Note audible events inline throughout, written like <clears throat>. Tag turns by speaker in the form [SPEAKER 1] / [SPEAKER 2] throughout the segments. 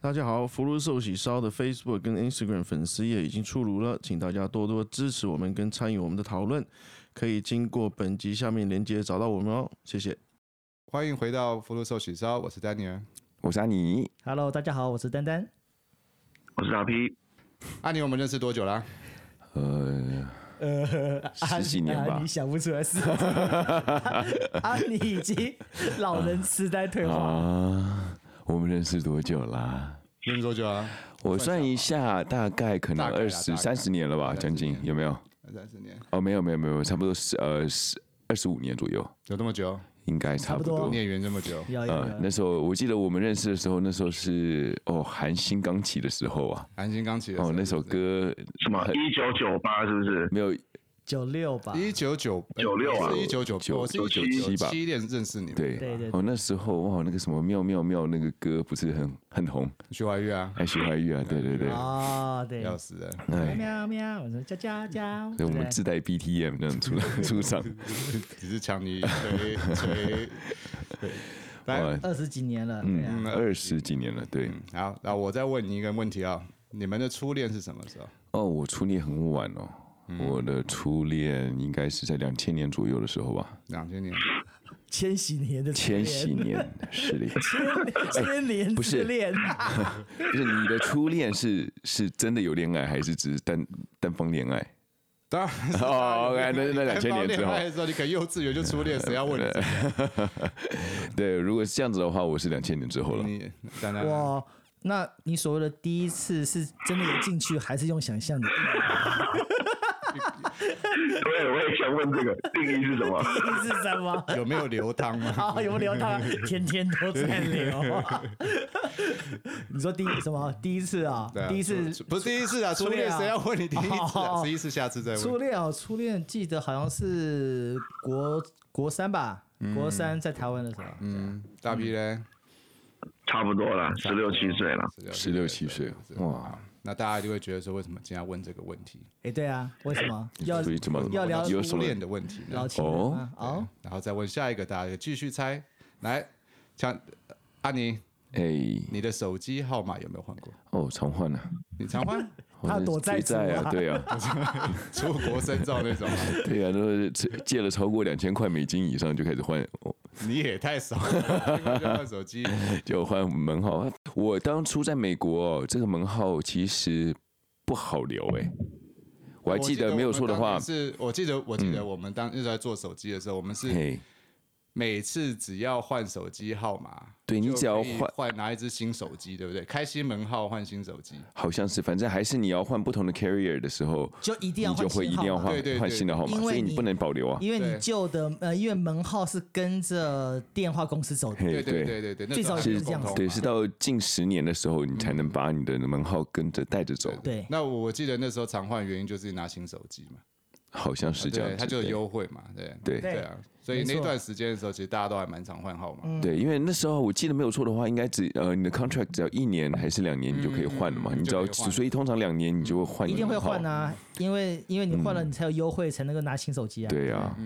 [SPEAKER 1] 大家好，福禄寿喜烧的 Facebook 跟 Instagram 粉丝页已经出炉了，请大家多多支持我们跟参与我们的讨论，可以经过本集下面链接找到我们哦，谢谢。
[SPEAKER 2] 欢迎回到福禄寿喜烧，我是丹尼尔。
[SPEAKER 3] 我是安妮，
[SPEAKER 4] Hello，大家好，我是丹丹。
[SPEAKER 5] 我是大 P，
[SPEAKER 2] 安妮，我们认识多久啦？
[SPEAKER 3] 呃，
[SPEAKER 4] <laughs> 呃，
[SPEAKER 3] 十几年吧
[SPEAKER 4] 你想不出来
[SPEAKER 3] <laughs>
[SPEAKER 4] 是？啊，你已经老人痴呆退化，
[SPEAKER 3] 啊，我们认识多久啦？
[SPEAKER 2] 认识多久啊？
[SPEAKER 3] 我算一下，大概可能
[SPEAKER 2] 大概啦
[SPEAKER 3] 二十
[SPEAKER 2] 大概
[SPEAKER 3] 三十年了吧，
[SPEAKER 2] 大概
[SPEAKER 3] 将近
[SPEAKER 2] 30年
[SPEAKER 3] 有没有？
[SPEAKER 2] 三十年，
[SPEAKER 3] 哦，没有没有没有，差不多十呃十二十五年左右，
[SPEAKER 2] 有这么久？
[SPEAKER 3] 应该差不
[SPEAKER 4] 差不
[SPEAKER 3] 多
[SPEAKER 4] 多。
[SPEAKER 2] 孽缘这么久？
[SPEAKER 4] 有有
[SPEAKER 3] 呃，那
[SPEAKER 4] 有，
[SPEAKER 3] 时候我记得我们认识的时候，那时候是哦韩星刚起的时候啊，
[SPEAKER 2] 韩星刚起的时候
[SPEAKER 3] 哦那首歌
[SPEAKER 5] 什么一九九八是不是？
[SPEAKER 3] 没有
[SPEAKER 4] 九六吧？
[SPEAKER 2] 一九九
[SPEAKER 5] 96啊
[SPEAKER 2] 一九九
[SPEAKER 3] 九
[SPEAKER 2] 我是一九
[SPEAKER 3] 97吧
[SPEAKER 2] 七年认识你，，
[SPEAKER 3] 对
[SPEAKER 4] 对对
[SPEAKER 3] 哦那时候哇那个什么妙妙妙那个歌不是很很红，
[SPEAKER 2] 徐怀钰啊，
[SPEAKER 3] 还徐怀钰啊，对对对，
[SPEAKER 4] 啊，对，
[SPEAKER 2] 要死人，
[SPEAKER 3] 哎，
[SPEAKER 4] 喵喵，我说叫叫叫，
[SPEAKER 3] 所以我
[SPEAKER 4] 对
[SPEAKER 3] 们
[SPEAKER 4] 不对
[SPEAKER 3] 自带 BTM 那种出来出场，
[SPEAKER 2] 只是抢你吹吹，对，来
[SPEAKER 3] <laughs> 哇，
[SPEAKER 4] 二十几年了，对啊
[SPEAKER 3] 嗯，二十几年了，对。
[SPEAKER 2] 好，那我再问你一个问题啊，你们的初恋是什么时候？
[SPEAKER 3] 哦，我初恋很晚哦，我的初恋应该是在两千年左右的时候吧，
[SPEAKER 2] 两千年，
[SPEAKER 4] 千禧年的初
[SPEAKER 3] 千
[SPEAKER 4] 恋
[SPEAKER 3] 禧年是 <laughs> 的，
[SPEAKER 4] <laughs> 千年
[SPEAKER 3] 不
[SPEAKER 4] 之
[SPEAKER 3] 是
[SPEAKER 4] 恋，
[SPEAKER 3] 哎就是你的初恋是是真的有恋爱，还是只是单单方恋爱？
[SPEAKER 2] 当然是
[SPEAKER 3] 哦，OK，那
[SPEAKER 2] <laughs>
[SPEAKER 3] 那两千年之
[SPEAKER 2] 恋
[SPEAKER 3] 后
[SPEAKER 2] 爱的时候，你可能幼稚园就初恋，谁要问你这
[SPEAKER 3] <laughs>
[SPEAKER 2] 个？
[SPEAKER 3] 对，如果是这样子的话，我是两千年之后了。
[SPEAKER 2] 你当然啊
[SPEAKER 4] 哇。那你所谓的第一次是真的有进去，还是用想象的？
[SPEAKER 5] <laughs> 对，我也想问这个定义是
[SPEAKER 4] <laughs>
[SPEAKER 5] 什么？
[SPEAKER 4] 第一次是什么？
[SPEAKER 2] 有没有流汤吗？
[SPEAKER 4] <laughs> 啊，有流淌，天天都在流。
[SPEAKER 2] 啊
[SPEAKER 4] <laughs> 你说第一什么？第一次啊
[SPEAKER 2] 对啊？
[SPEAKER 4] 第一次
[SPEAKER 2] 初不是第一次啊，初
[SPEAKER 4] 初恋
[SPEAKER 2] 恋
[SPEAKER 4] 啊
[SPEAKER 2] 谁要问你第一次
[SPEAKER 4] 哦
[SPEAKER 2] <laughs>
[SPEAKER 4] 哦
[SPEAKER 2] 啊？
[SPEAKER 4] 哦
[SPEAKER 2] 第一次下次再
[SPEAKER 4] 初
[SPEAKER 2] 问。
[SPEAKER 4] 恋哦，初恋记得好像是国国三吧，国三在台湾的时候。
[SPEAKER 2] 嗯，大 P 嘞，
[SPEAKER 5] 差不多啦，十六七岁了。
[SPEAKER 3] 十六七岁，哇，
[SPEAKER 2] 那大家就会觉得说，为什么今天要问这个问题？
[SPEAKER 4] 哎，对啊，为什么要
[SPEAKER 3] 所以怎么
[SPEAKER 4] 要聊
[SPEAKER 3] 有什
[SPEAKER 2] 初
[SPEAKER 3] 么
[SPEAKER 2] 恋的问题呢
[SPEAKER 4] 老？情人吗？哦，
[SPEAKER 2] 然后再问下一个，大家就继续猜。来，像安妮，
[SPEAKER 3] 哎
[SPEAKER 2] 你的手机号码有没有换过？
[SPEAKER 3] 哦，常换了，
[SPEAKER 2] 你常换 <laughs>
[SPEAKER 4] 他躲债主
[SPEAKER 3] 在啊，
[SPEAKER 4] 啊
[SPEAKER 3] 对啊，
[SPEAKER 2] 出国深造那种吗？
[SPEAKER 3] 对啊，都是借了超过两千块美金以上就开始换，哦
[SPEAKER 2] 你也太少了，你就换手机。
[SPEAKER 3] 就换门号。我当初在美国、哦，这个门号其实不好留哎、 <laughs> 我还记得没有错的
[SPEAKER 2] 我
[SPEAKER 3] 话嗯
[SPEAKER 2] 们当年，是我记得我记得我们当时在做手机的时候，我们是
[SPEAKER 3] 嘿，
[SPEAKER 2] 每次只要换手机号码，
[SPEAKER 3] 对你
[SPEAKER 2] 就
[SPEAKER 3] 只要
[SPEAKER 2] 可以
[SPEAKER 3] 换
[SPEAKER 2] 换拿一只新手机，对不对？开新门号换新手机，
[SPEAKER 3] 好像是，反正还是你要换不同的 carrier 的时候，
[SPEAKER 4] 就一定要
[SPEAKER 3] 你就
[SPEAKER 4] 换
[SPEAKER 3] 会一
[SPEAKER 4] 新号
[SPEAKER 3] 定要
[SPEAKER 4] 码
[SPEAKER 3] 换
[SPEAKER 2] 对对对
[SPEAKER 3] 换新的号码，
[SPEAKER 4] 因为
[SPEAKER 3] 所以你
[SPEAKER 4] 你
[SPEAKER 3] 不能保留啊。
[SPEAKER 4] 因为
[SPEAKER 2] 对
[SPEAKER 4] 你旧的呃，因为门号是跟着电话公司走的，
[SPEAKER 3] 嘿
[SPEAKER 2] 对对对对对，那时候
[SPEAKER 4] 最
[SPEAKER 2] 还没有
[SPEAKER 4] 早也是这样
[SPEAKER 2] 共同
[SPEAKER 4] 子
[SPEAKER 3] 对，
[SPEAKER 2] 嘛
[SPEAKER 3] 是到近十年的时候，你才能把你的门号跟着带着走，
[SPEAKER 4] 对，
[SPEAKER 2] 那我记得那时候常换原因就是拿新手机嘛，
[SPEAKER 3] 好像是这样
[SPEAKER 2] 对，
[SPEAKER 3] 子。
[SPEAKER 2] 它就有
[SPEAKER 3] 对
[SPEAKER 2] 优惠嘛，对
[SPEAKER 3] 对
[SPEAKER 2] 对啊，所以
[SPEAKER 4] 没错嗯
[SPEAKER 2] 那段时间的时候，其实大家都还蛮常换号码，
[SPEAKER 3] 对，因为那时候我记得没有错的话，应该只呃你的 contract 只要一年还是两年，你就可以换了嘛。你只
[SPEAKER 2] 就
[SPEAKER 3] 要
[SPEAKER 2] 可以换
[SPEAKER 3] 所以通常两年你就会换，
[SPEAKER 4] 一定会换。啊，因为因为你换了，你才有优惠，才能够拿新手机啊。
[SPEAKER 3] 对啊，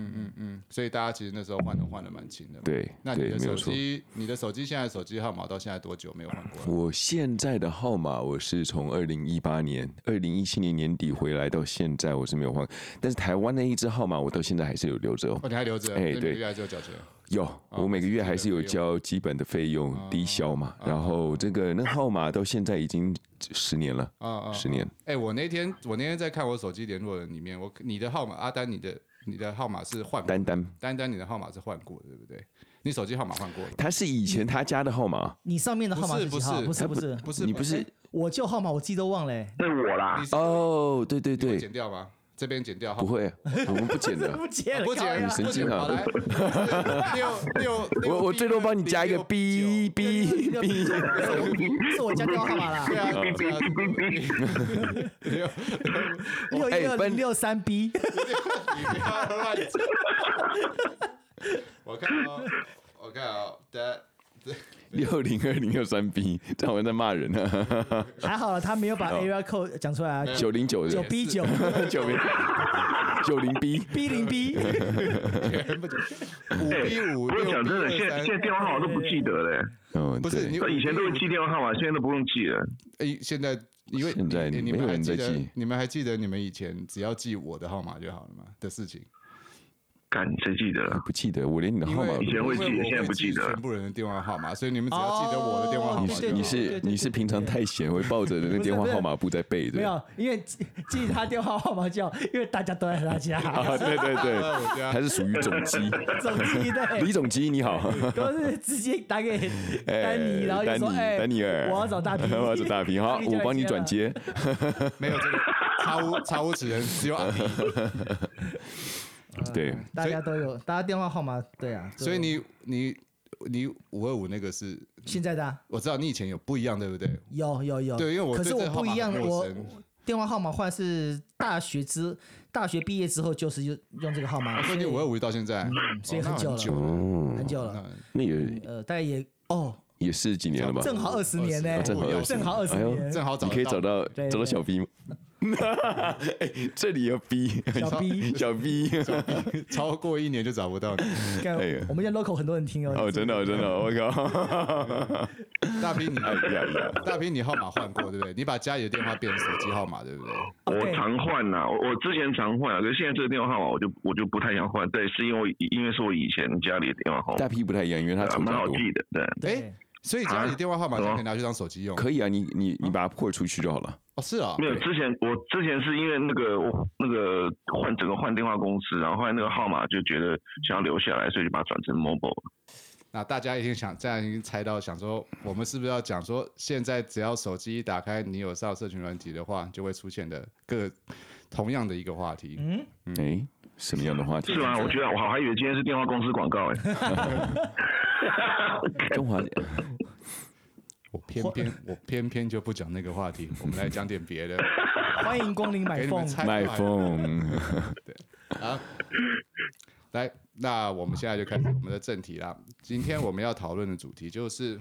[SPEAKER 2] 所以大家其实那时候换都换的蛮勤的嘛。
[SPEAKER 3] 对
[SPEAKER 2] 那你
[SPEAKER 3] 对
[SPEAKER 2] 的
[SPEAKER 3] 没
[SPEAKER 2] 手
[SPEAKER 3] 有错
[SPEAKER 2] 机，你的手机现在手机号码到现在多久没有换过了？
[SPEAKER 3] 我现在的号码，我是从二零一八年、二零一七年年底回来到现在，我是没有换。但是台湾那一只号码，我到现在还是有留着哦。
[SPEAKER 2] 哦，你还留着？
[SPEAKER 3] 哎
[SPEAKER 2] 那你
[SPEAKER 3] 对
[SPEAKER 2] 原来只有缴钱。
[SPEAKER 3] 有，我每个月还是有交基本的费用，
[SPEAKER 2] 哦
[SPEAKER 3] 低消嘛。然后这个那号码到现在已经十年了，
[SPEAKER 2] 啊啊！
[SPEAKER 3] 十年。
[SPEAKER 2] 哎、我那天我那天在看我手机联络人里面，我你的号码阿丹，你的你的号码是换过
[SPEAKER 3] 丹丹，
[SPEAKER 2] 丹丹，你的号码是换过的，对不对？你手机号码换过了吗？
[SPEAKER 3] 他是以前他家的号码，
[SPEAKER 4] 你上面的号码
[SPEAKER 2] 不
[SPEAKER 4] 几
[SPEAKER 2] 是
[SPEAKER 4] 号？
[SPEAKER 2] 不
[SPEAKER 4] 不
[SPEAKER 2] 是
[SPEAKER 4] 是不是，
[SPEAKER 2] 嗯哦不是
[SPEAKER 3] 你不是
[SPEAKER 4] 我旧号码我自己都忘了欸。
[SPEAKER 5] 是我啦，
[SPEAKER 3] 哦，对对
[SPEAKER 2] 会
[SPEAKER 3] 对
[SPEAKER 2] 剪，掉吗？这边剪掉，
[SPEAKER 3] 不会，我们不剪的
[SPEAKER 4] 不。接了，
[SPEAKER 2] 不
[SPEAKER 4] 靠
[SPEAKER 2] 剪，
[SPEAKER 4] 呀
[SPEAKER 3] 你神经啊啊
[SPEAKER 2] 不剪好
[SPEAKER 5] <laughs>
[SPEAKER 2] 来，六六， <laughs> 六
[SPEAKER 3] 我我最多帮你加一个
[SPEAKER 2] <laughs> 六
[SPEAKER 3] 哔哔 <laughs> 哔。
[SPEAKER 4] 是我家电话号码啦
[SPEAKER 2] 对，啊，对啊
[SPEAKER 3] <laughs>
[SPEAKER 2] 对啊
[SPEAKER 4] 六一
[SPEAKER 3] 哎
[SPEAKER 4] 二
[SPEAKER 3] 分
[SPEAKER 4] 零六三 B，
[SPEAKER 2] 你不要 <laughs> 乱讲。我看哦，我看哦，等
[SPEAKER 3] 六零二零六三 B，这样我在骂人啊！
[SPEAKER 4] 还好了，他没有
[SPEAKER 3] 哦
[SPEAKER 4] 把 area code 讲出来啊，
[SPEAKER 3] 九零九
[SPEAKER 4] 九
[SPEAKER 3] 的
[SPEAKER 4] B
[SPEAKER 3] <laughs>
[SPEAKER 4] 九
[SPEAKER 3] 九零九零 B，
[SPEAKER 4] B 零 B，
[SPEAKER 2] 全部哦五 B 五
[SPEAKER 5] 不过
[SPEAKER 2] 六
[SPEAKER 5] 讲真的，现在
[SPEAKER 2] 三
[SPEAKER 5] 现，在电话号码都不记得嘞、
[SPEAKER 3] 嗯，
[SPEAKER 2] 不是
[SPEAKER 3] 对
[SPEAKER 2] 你
[SPEAKER 5] 以前都会记电话号码，现在都不用记了。
[SPEAKER 2] 哎，现在因为
[SPEAKER 3] 现在
[SPEAKER 2] 哎你
[SPEAKER 3] 没有
[SPEAKER 2] 们还
[SPEAKER 3] 人
[SPEAKER 2] 记
[SPEAKER 3] 在
[SPEAKER 2] 得
[SPEAKER 3] 记
[SPEAKER 2] 你们还记得你们以前只要记我的号码就好了嘛的事情，
[SPEAKER 5] 干，谁记得了？
[SPEAKER 3] 哎不记得，我连你的
[SPEAKER 2] 因
[SPEAKER 3] 号码
[SPEAKER 2] 为
[SPEAKER 3] 都
[SPEAKER 5] 以前
[SPEAKER 2] 因
[SPEAKER 5] 会
[SPEAKER 2] 为
[SPEAKER 5] 记
[SPEAKER 2] 我
[SPEAKER 5] 现在不
[SPEAKER 2] 记
[SPEAKER 5] 记得了
[SPEAKER 2] 全部人的电话号码，所以你们只要记得我的电话号
[SPEAKER 4] 哦
[SPEAKER 3] 你
[SPEAKER 2] 码
[SPEAKER 3] 是
[SPEAKER 4] 对
[SPEAKER 2] 就
[SPEAKER 3] 你
[SPEAKER 2] 好。
[SPEAKER 3] 是
[SPEAKER 4] 对对对
[SPEAKER 3] 你是平常太闲会抱着那
[SPEAKER 4] 不是
[SPEAKER 3] 电话
[SPEAKER 4] 不是
[SPEAKER 3] 号码簿在背的，
[SPEAKER 4] 没有，因为记记他电话号码叫，因为大家都在他家，
[SPEAKER 3] 啊，对对
[SPEAKER 2] 啊我
[SPEAKER 3] 对，
[SPEAKER 2] 家
[SPEAKER 3] 还是属于总机，
[SPEAKER 4] <laughs> 总记得
[SPEAKER 3] 李总机你好，
[SPEAKER 4] 都是直接打给
[SPEAKER 3] 哎
[SPEAKER 4] 丹尼，然后就说：“
[SPEAKER 3] 丹尼
[SPEAKER 4] 哎，
[SPEAKER 3] 丹尼尔
[SPEAKER 4] 我要
[SPEAKER 3] <laughs>
[SPEAKER 4] 找大皮，
[SPEAKER 3] 我是大平，
[SPEAKER 4] <laughs>
[SPEAKER 3] 好，
[SPEAKER 4] 大 P 就来
[SPEAKER 3] 我帮你
[SPEAKER 4] 接了
[SPEAKER 3] 转。接，
[SPEAKER 2] 没有这个查无查无此人，只有
[SPEAKER 3] <laughs>
[SPEAKER 2] 阿迪。
[SPEAKER 3] 对，”
[SPEAKER 4] 大家都有，大家电话号码对啊，
[SPEAKER 2] 所以你你你五二五那个是，
[SPEAKER 4] 现在的啊
[SPEAKER 2] 我知道你以前有不一样，对不对？
[SPEAKER 4] 有有有，
[SPEAKER 2] 对因为我
[SPEAKER 4] 可是
[SPEAKER 2] 对这
[SPEAKER 4] 我
[SPEAKER 2] 个号
[SPEAKER 4] 不
[SPEAKER 2] 码
[SPEAKER 4] 一样，
[SPEAKER 2] 很陌
[SPEAKER 4] 我
[SPEAKER 2] 生
[SPEAKER 4] 电话号码换是大学之大学毕业之后就是用用这个号码，
[SPEAKER 2] 我说哦啊嗯你五二五到现在，
[SPEAKER 4] 嗯所以
[SPEAKER 2] 哦那
[SPEAKER 4] 很久了
[SPEAKER 3] 哦，
[SPEAKER 4] 很久了，
[SPEAKER 2] 那
[SPEAKER 3] 那也
[SPEAKER 4] 呃，大概也哦，
[SPEAKER 3] 也是几年了吧？
[SPEAKER 4] 正好二十年呢，
[SPEAKER 2] 哦正好20
[SPEAKER 4] 正好二十
[SPEAKER 3] 哎呦
[SPEAKER 4] 年，
[SPEAKER 2] 正好找
[SPEAKER 3] 你
[SPEAKER 2] 得
[SPEAKER 3] 可以找到
[SPEAKER 4] 对对
[SPEAKER 3] 找到小 B 吗？ <laughs> 哎，这里有 B，
[SPEAKER 4] 小 B
[SPEAKER 3] 小 B，
[SPEAKER 2] <laughs> 超过一年就找不到你。
[SPEAKER 4] 干
[SPEAKER 3] 哎呀
[SPEAKER 4] 我们现在 local 很多人听哦，
[SPEAKER 3] 哦，真的哦真的哦，我靠，
[SPEAKER 2] 大兵你
[SPEAKER 3] 哎呀
[SPEAKER 5] <laughs>
[SPEAKER 3] 呀，
[SPEAKER 2] 大兵你号码换过对不对？你把家里的电话变手机号码对不对？
[SPEAKER 5] 我
[SPEAKER 4] OK
[SPEAKER 5] 常换呐、我我之前常换啊，可是现在这个电话号码我就我就不太想换。对，是因为因为是我以前家里的电话号
[SPEAKER 3] 大
[SPEAKER 5] 码，
[SPEAKER 3] P 不太一样，因为他
[SPEAKER 5] 对啊
[SPEAKER 3] 头
[SPEAKER 5] 蛮
[SPEAKER 3] 发
[SPEAKER 5] 好
[SPEAKER 3] 多。
[SPEAKER 5] 记的。对，
[SPEAKER 4] 对，
[SPEAKER 2] 所以家里的电话号码
[SPEAKER 5] 啊
[SPEAKER 2] 就可以拿去当手机用。
[SPEAKER 3] 可以啊，你你你把它扩出去就好了。
[SPEAKER 2] 哦，是啊，
[SPEAKER 5] 没有之前我之前是因为那个我那个换整个换电话公司，然后后来那个号码就觉得想要留下来，所以就把它转成 mobile 了。
[SPEAKER 2] 那大家已经想，这样已经猜到，想说我们是不是要讲说，现在只要手机一打开，你有上社群软体的话，就会出现的各同样的一个话题。
[SPEAKER 4] 嗯，
[SPEAKER 3] 哎，什么样的话题
[SPEAKER 5] 是？啊吗？我觉得我还以为今天是电话公司广告哎、
[SPEAKER 3] 中华
[SPEAKER 2] 我偏偏我偏偏就不讲那个话题，我们来讲点别
[SPEAKER 5] <laughs>
[SPEAKER 2] 的，
[SPEAKER 4] 欢迎光临
[SPEAKER 2] 给
[SPEAKER 4] 买
[SPEAKER 2] 你们
[SPEAKER 4] 凤，
[SPEAKER 2] 猜出来
[SPEAKER 3] 麦
[SPEAKER 2] 了
[SPEAKER 3] 风，
[SPEAKER 2] 啊。来，那我们现在就开始我们的正题啦。今天我们要讨论的主题就是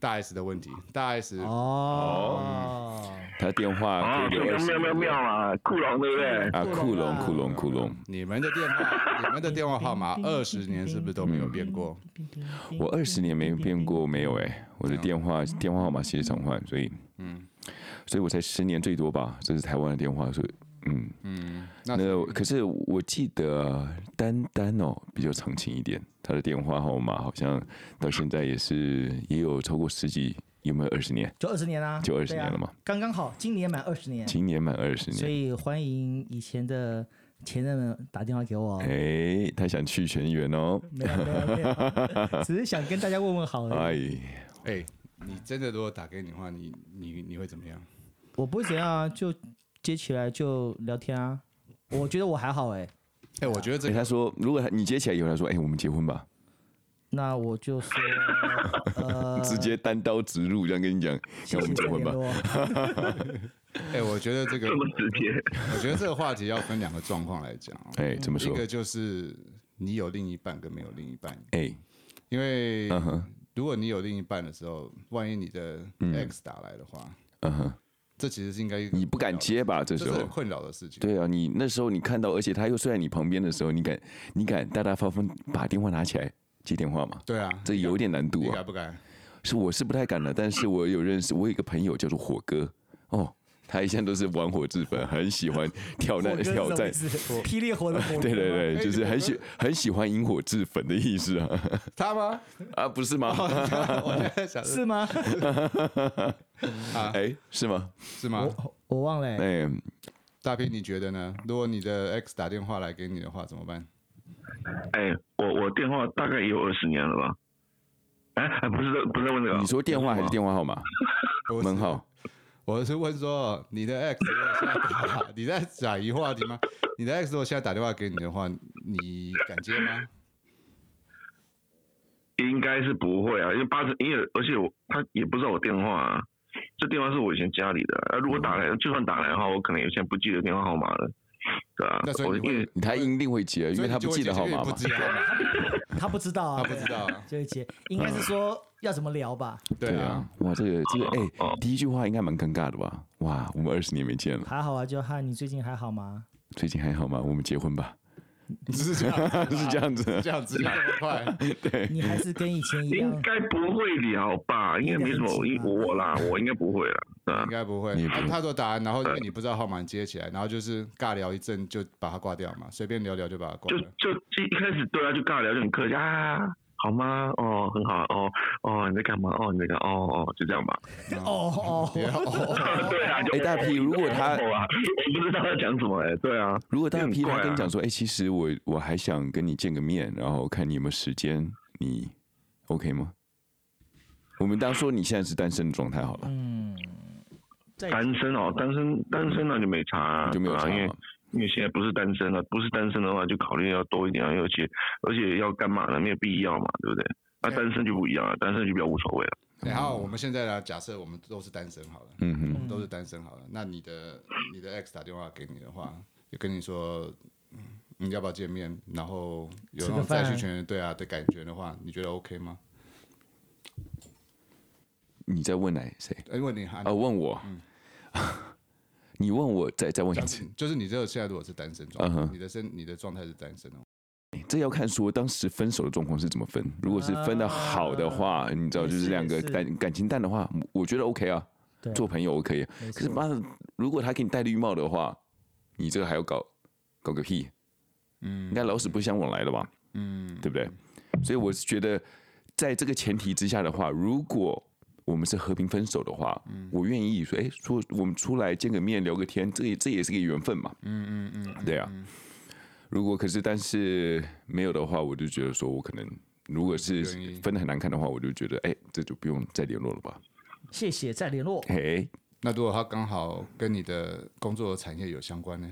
[SPEAKER 2] 大 S 的问题。大 S
[SPEAKER 4] 哦，
[SPEAKER 3] 他电话
[SPEAKER 5] 啊，
[SPEAKER 3] 给
[SPEAKER 5] 就
[SPEAKER 3] 我
[SPEAKER 5] 跟
[SPEAKER 3] 二十
[SPEAKER 5] 喵喵喵啦，酷龙对不对？
[SPEAKER 3] 啊，库龙库龙库龙，
[SPEAKER 2] 你们的电话，你们的电话号码二十年是不是都没有变过？
[SPEAKER 3] 我二十年没有变过，没有哎，我的电话电话号码其实常换，所以嗯，所以我才十年最多吧，这是台湾的电话，所以嗯，
[SPEAKER 2] 那
[SPEAKER 3] 那可是我记得丹丹哦比较长情一点，他的电话号码好像到现在也是也有超过十几，有没有二十年？
[SPEAKER 4] 就二十年啦，
[SPEAKER 3] 就20年了嘛
[SPEAKER 4] 对啊，刚刚好，今年满二十年，
[SPEAKER 3] 今年满二十
[SPEAKER 4] 所
[SPEAKER 3] 年。
[SPEAKER 4] 以欢迎以前的前任们打电话给我哦。
[SPEAKER 3] 哎，他想去全员哦，
[SPEAKER 4] 没有没有没有，只是想跟大家问问好而已。
[SPEAKER 3] 哎，
[SPEAKER 2] 哎、你真的如果打给你的话，你你你会怎么样？
[SPEAKER 4] 我不会怎样啊，就接起来就聊天啊。我觉得我还好哎、
[SPEAKER 2] 哎、我觉得这
[SPEAKER 3] 哎，
[SPEAKER 2] 个、
[SPEAKER 3] 他说如果他你接起来以后，他说哎，我们结婚吧，
[SPEAKER 4] 那我就
[SPEAKER 3] <laughs>
[SPEAKER 4] 说，呃，
[SPEAKER 3] 直接单刀直入这样跟你讲，
[SPEAKER 4] 谢
[SPEAKER 3] 要我
[SPEAKER 4] 谢
[SPEAKER 3] 们结
[SPEAKER 4] 再
[SPEAKER 3] 婚
[SPEAKER 4] 联
[SPEAKER 3] 吧。
[SPEAKER 4] 络。
[SPEAKER 2] 哎、我觉得这个
[SPEAKER 3] <laughs>
[SPEAKER 5] 这，么直接，
[SPEAKER 2] 我觉得这个话题要分两个状况来讲哦。
[SPEAKER 3] 哎，怎么
[SPEAKER 2] 一
[SPEAKER 3] 说？
[SPEAKER 2] 个就是你有另一半跟没有另一半，
[SPEAKER 3] 哎，
[SPEAKER 2] 因为
[SPEAKER 3] 嗯哼，
[SPEAKER 2] 如果你有另一半的时候，万一你的 X 打来的话，
[SPEAKER 3] 嗯哼，
[SPEAKER 2] 这其实是应该
[SPEAKER 3] 你不敢接吧？这
[SPEAKER 2] 这
[SPEAKER 3] 时
[SPEAKER 2] 是
[SPEAKER 3] 候
[SPEAKER 2] 很。困扰的事情。
[SPEAKER 3] 对啊，你那时候你看到，而且他又睡在你旁边的时候，你敢你敢大大方方把电话拿起来接电话吗？
[SPEAKER 2] 对啊，
[SPEAKER 3] 这有点难度
[SPEAKER 2] 你
[SPEAKER 3] 啊
[SPEAKER 2] 敢。不敢？
[SPEAKER 3] 是我是不太敢了，但是我有认识，我有一个朋友叫做火哥，哦，他一向都是玩火自焚，很喜欢挑
[SPEAKER 4] 火
[SPEAKER 3] 战
[SPEAKER 4] 哥是
[SPEAKER 3] 挑
[SPEAKER 4] 什么
[SPEAKER 3] 战
[SPEAKER 4] 意。思？ <laughs> 霹雳火的火。
[SPEAKER 3] 对对。对，就是很喜很喜欢引火自焚的意思啊
[SPEAKER 2] 他吗？ <laughs>
[SPEAKER 3] 啊，不 <laughs> 是吗？
[SPEAKER 2] 我现在想
[SPEAKER 4] 是吗？
[SPEAKER 3] 哎，是吗？
[SPEAKER 2] 是吗？
[SPEAKER 4] 我我忘了、欸，
[SPEAKER 3] 哎，
[SPEAKER 2] 大平，你觉得呢？如果你的 X 打电话来给你的话，怎么办？
[SPEAKER 5] 哎、我我电话大概也有二十年了吧？哎、哎，不是这不是在问这个，
[SPEAKER 3] 你说电话还是电话号码？
[SPEAKER 2] 我是
[SPEAKER 3] 门号？
[SPEAKER 2] 我是问说，你的 X 如果现在打，你在转移话题吗？你的 X 如果现在打电话给你的话，你敢接吗？
[SPEAKER 5] 应该是不会啊，因为八成，因为而且我他也不知道我电话、啊，
[SPEAKER 3] 嗯
[SPEAKER 5] 这电话是我以前家里的啊、啊如果打来，就算打来的话，我可能也现在不记得电话号码了。对啊
[SPEAKER 2] 那，所以
[SPEAKER 5] 我
[SPEAKER 2] 你
[SPEAKER 5] 因
[SPEAKER 2] 会
[SPEAKER 5] 为
[SPEAKER 3] 他一定会接，因
[SPEAKER 2] 所以
[SPEAKER 3] 为
[SPEAKER 2] 你
[SPEAKER 3] 他
[SPEAKER 2] 就
[SPEAKER 3] 不
[SPEAKER 2] 会
[SPEAKER 3] 记得
[SPEAKER 2] 接
[SPEAKER 3] 号
[SPEAKER 2] 因为
[SPEAKER 3] 码
[SPEAKER 2] 不
[SPEAKER 3] 嘛。
[SPEAKER 2] 记得号码，
[SPEAKER 4] 他不知道啊，
[SPEAKER 2] 他不知道
[SPEAKER 3] <laughs>
[SPEAKER 2] 啊，
[SPEAKER 4] 就会
[SPEAKER 3] 嗯
[SPEAKER 4] 接，应该是说要怎么聊吧。
[SPEAKER 2] 对啊，，
[SPEAKER 3] 哇，这个这个，哎、
[SPEAKER 5] 哦
[SPEAKER 3] 第一句话应该蛮尴尬的吧？哇，我们二十年没见了，
[SPEAKER 4] 还好啊，就嗨，你最近还好吗？
[SPEAKER 3] 最近还好吗？我们结婚吧，
[SPEAKER 2] 是这样
[SPEAKER 3] <laughs> 是这样子。
[SPEAKER 2] 这样子这么快，
[SPEAKER 4] 你还是跟以前一
[SPEAKER 5] 应
[SPEAKER 4] 样，
[SPEAKER 5] 该不会聊吧，应该没什么，因我啦，我应该不会啦，对啊
[SPEAKER 2] 应，该不会
[SPEAKER 3] 你也。不
[SPEAKER 2] 他
[SPEAKER 3] 会
[SPEAKER 2] 他说答案，然后因为你不知道号码，你接起来，然后就是尬聊一阵就把它挂掉嘛，随便聊聊就把它挂
[SPEAKER 5] 就
[SPEAKER 2] 了。
[SPEAKER 5] 就一一开始对啊，就尬聊，就很客气啊，好吗？哦，很好啊，哦哦，你在干嘛？哦，你在干嘛？哦哦，就这样吧。 <laughs>
[SPEAKER 4] 哦
[SPEAKER 2] 也
[SPEAKER 4] 哦，
[SPEAKER 2] 哦，
[SPEAKER 5] 对啊，
[SPEAKER 3] 哎、
[SPEAKER 5] 就
[SPEAKER 3] 大 P，如果他
[SPEAKER 5] <laughs> 哦啊，我不知道他讲什么哎、对啊，
[SPEAKER 3] 如果大
[SPEAKER 5] 很
[SPEAKER 3] P
[SPEAKER 5] 怪
[SPEAKER 3] 他
[SPEAKER 5] 啊
[SPEAKER 3] 跟你讲说，哎、其实我我还想跟你见个面，然后看你有没有时间，你 OK 吗？我们当说你现在是单身的状态好了，
[SPEAKER 4] 嗯，在
[SPEAKER 5] 单身哦，单身单身那就没差、啊，
[SPEAKER 3] 哎你就没有
[SPEAKER 5] 对
[SPEAKER 3] 差
[SPEAKER 5] 啊，因为
[SPEAKER 3] 嘛。
[SPEAKER 5] 因为现在不是单身了，不是单身的话就考虑要多一点啊，而且而且要干嘛呢？没有必要嘛，对不对？那、
[SPEAKER 2] 对
[SPEAKER 5] 单身就不一样了，单身就比较无所谓了。
[SPEAKER 2] 然后我们现在呢，假设我们都是单身好了，
[SPEAKER 3] 嗯
[SPEAKER 2] 我
[SPEAKER 3] 哼，
[SPEAKER 2] 们都是单身好了，那你的你的 ex 打电话给你的话，也跟你说。嗯你要不要见面？然后有
[SPEAKER 4] 吃
[SPEAKER 2] 那
[SPEAKER 4] 个
[SPEAKER 2] 种再
[SPEAKER 4] 饭
[SPEAKER 2] 续权对啊的感觉的话，你觉得 OK 吗？
[SPEAKER 3] 你在问哪谁？
[SPEAKER 2] 哎因为你还
[SPEAKER 3] 啊，问我。 <laughs> 你问我，再再问一
[SPEAKER 2] 但
[SPEAKER 3] 次
[SPEAKER 2] 是。就是你这个现在如果是单身状
[SPEAKER 3] 嗯
[SPEAKER 2] 态
[SPEAKER 3] 哼，
[SPEAKER 2] 你的身你的状态是单身哦，
[SPEAKER 3] 这要看说当时分手的状况是怎么分。如果是分的好的话，你知道，
[SPEAKER 4] 也
[SPEAKER 3] 就是
[SPEAKER 4] 是
[SPEAKER 3] 两个
[SPEAKER 4] 啊也是
[SPEAKER 3] 感感情淡的话，我觉得 OK 啊，
[SPEAKER 4] 对
[SPEAKER 3] 做朋友 OK 啊。
[SPEAKER 4] 没
[SPEAKER 3] 可是
[SPEAKER 4] 错
[SPEAKER 3] 妈的，如果他给你戴绿帽的话，你这个还要搞搞个屁？
[SPEAKER 2] 嗯
[SPEAKER 3] 应该老死不相往来了吧？
[SPEAKER 2] 嗯，
[SPEAKER 3] 对不对？所以我是觉得，在这个前提之下的话，如果我们是和平分手的话，我愿意说，哎，说我们出来见个面聊个天，这也这也是个缘分嘛，嗯嗯嗯，对啊。如果可是但是没有的话，我就觉得说我可能如果是
[SPEAKER 2] 不愿意
[SPEAKER 3] 分的很难看的话，我就觉得，哎，这就不用再联络了吧。
[SPEAKER 4] 谢谢，再联络。
[SPEAKER 3] 嘿，
[SPEAKER 2] 那如果他刚好跟你的工作产业有相关呢？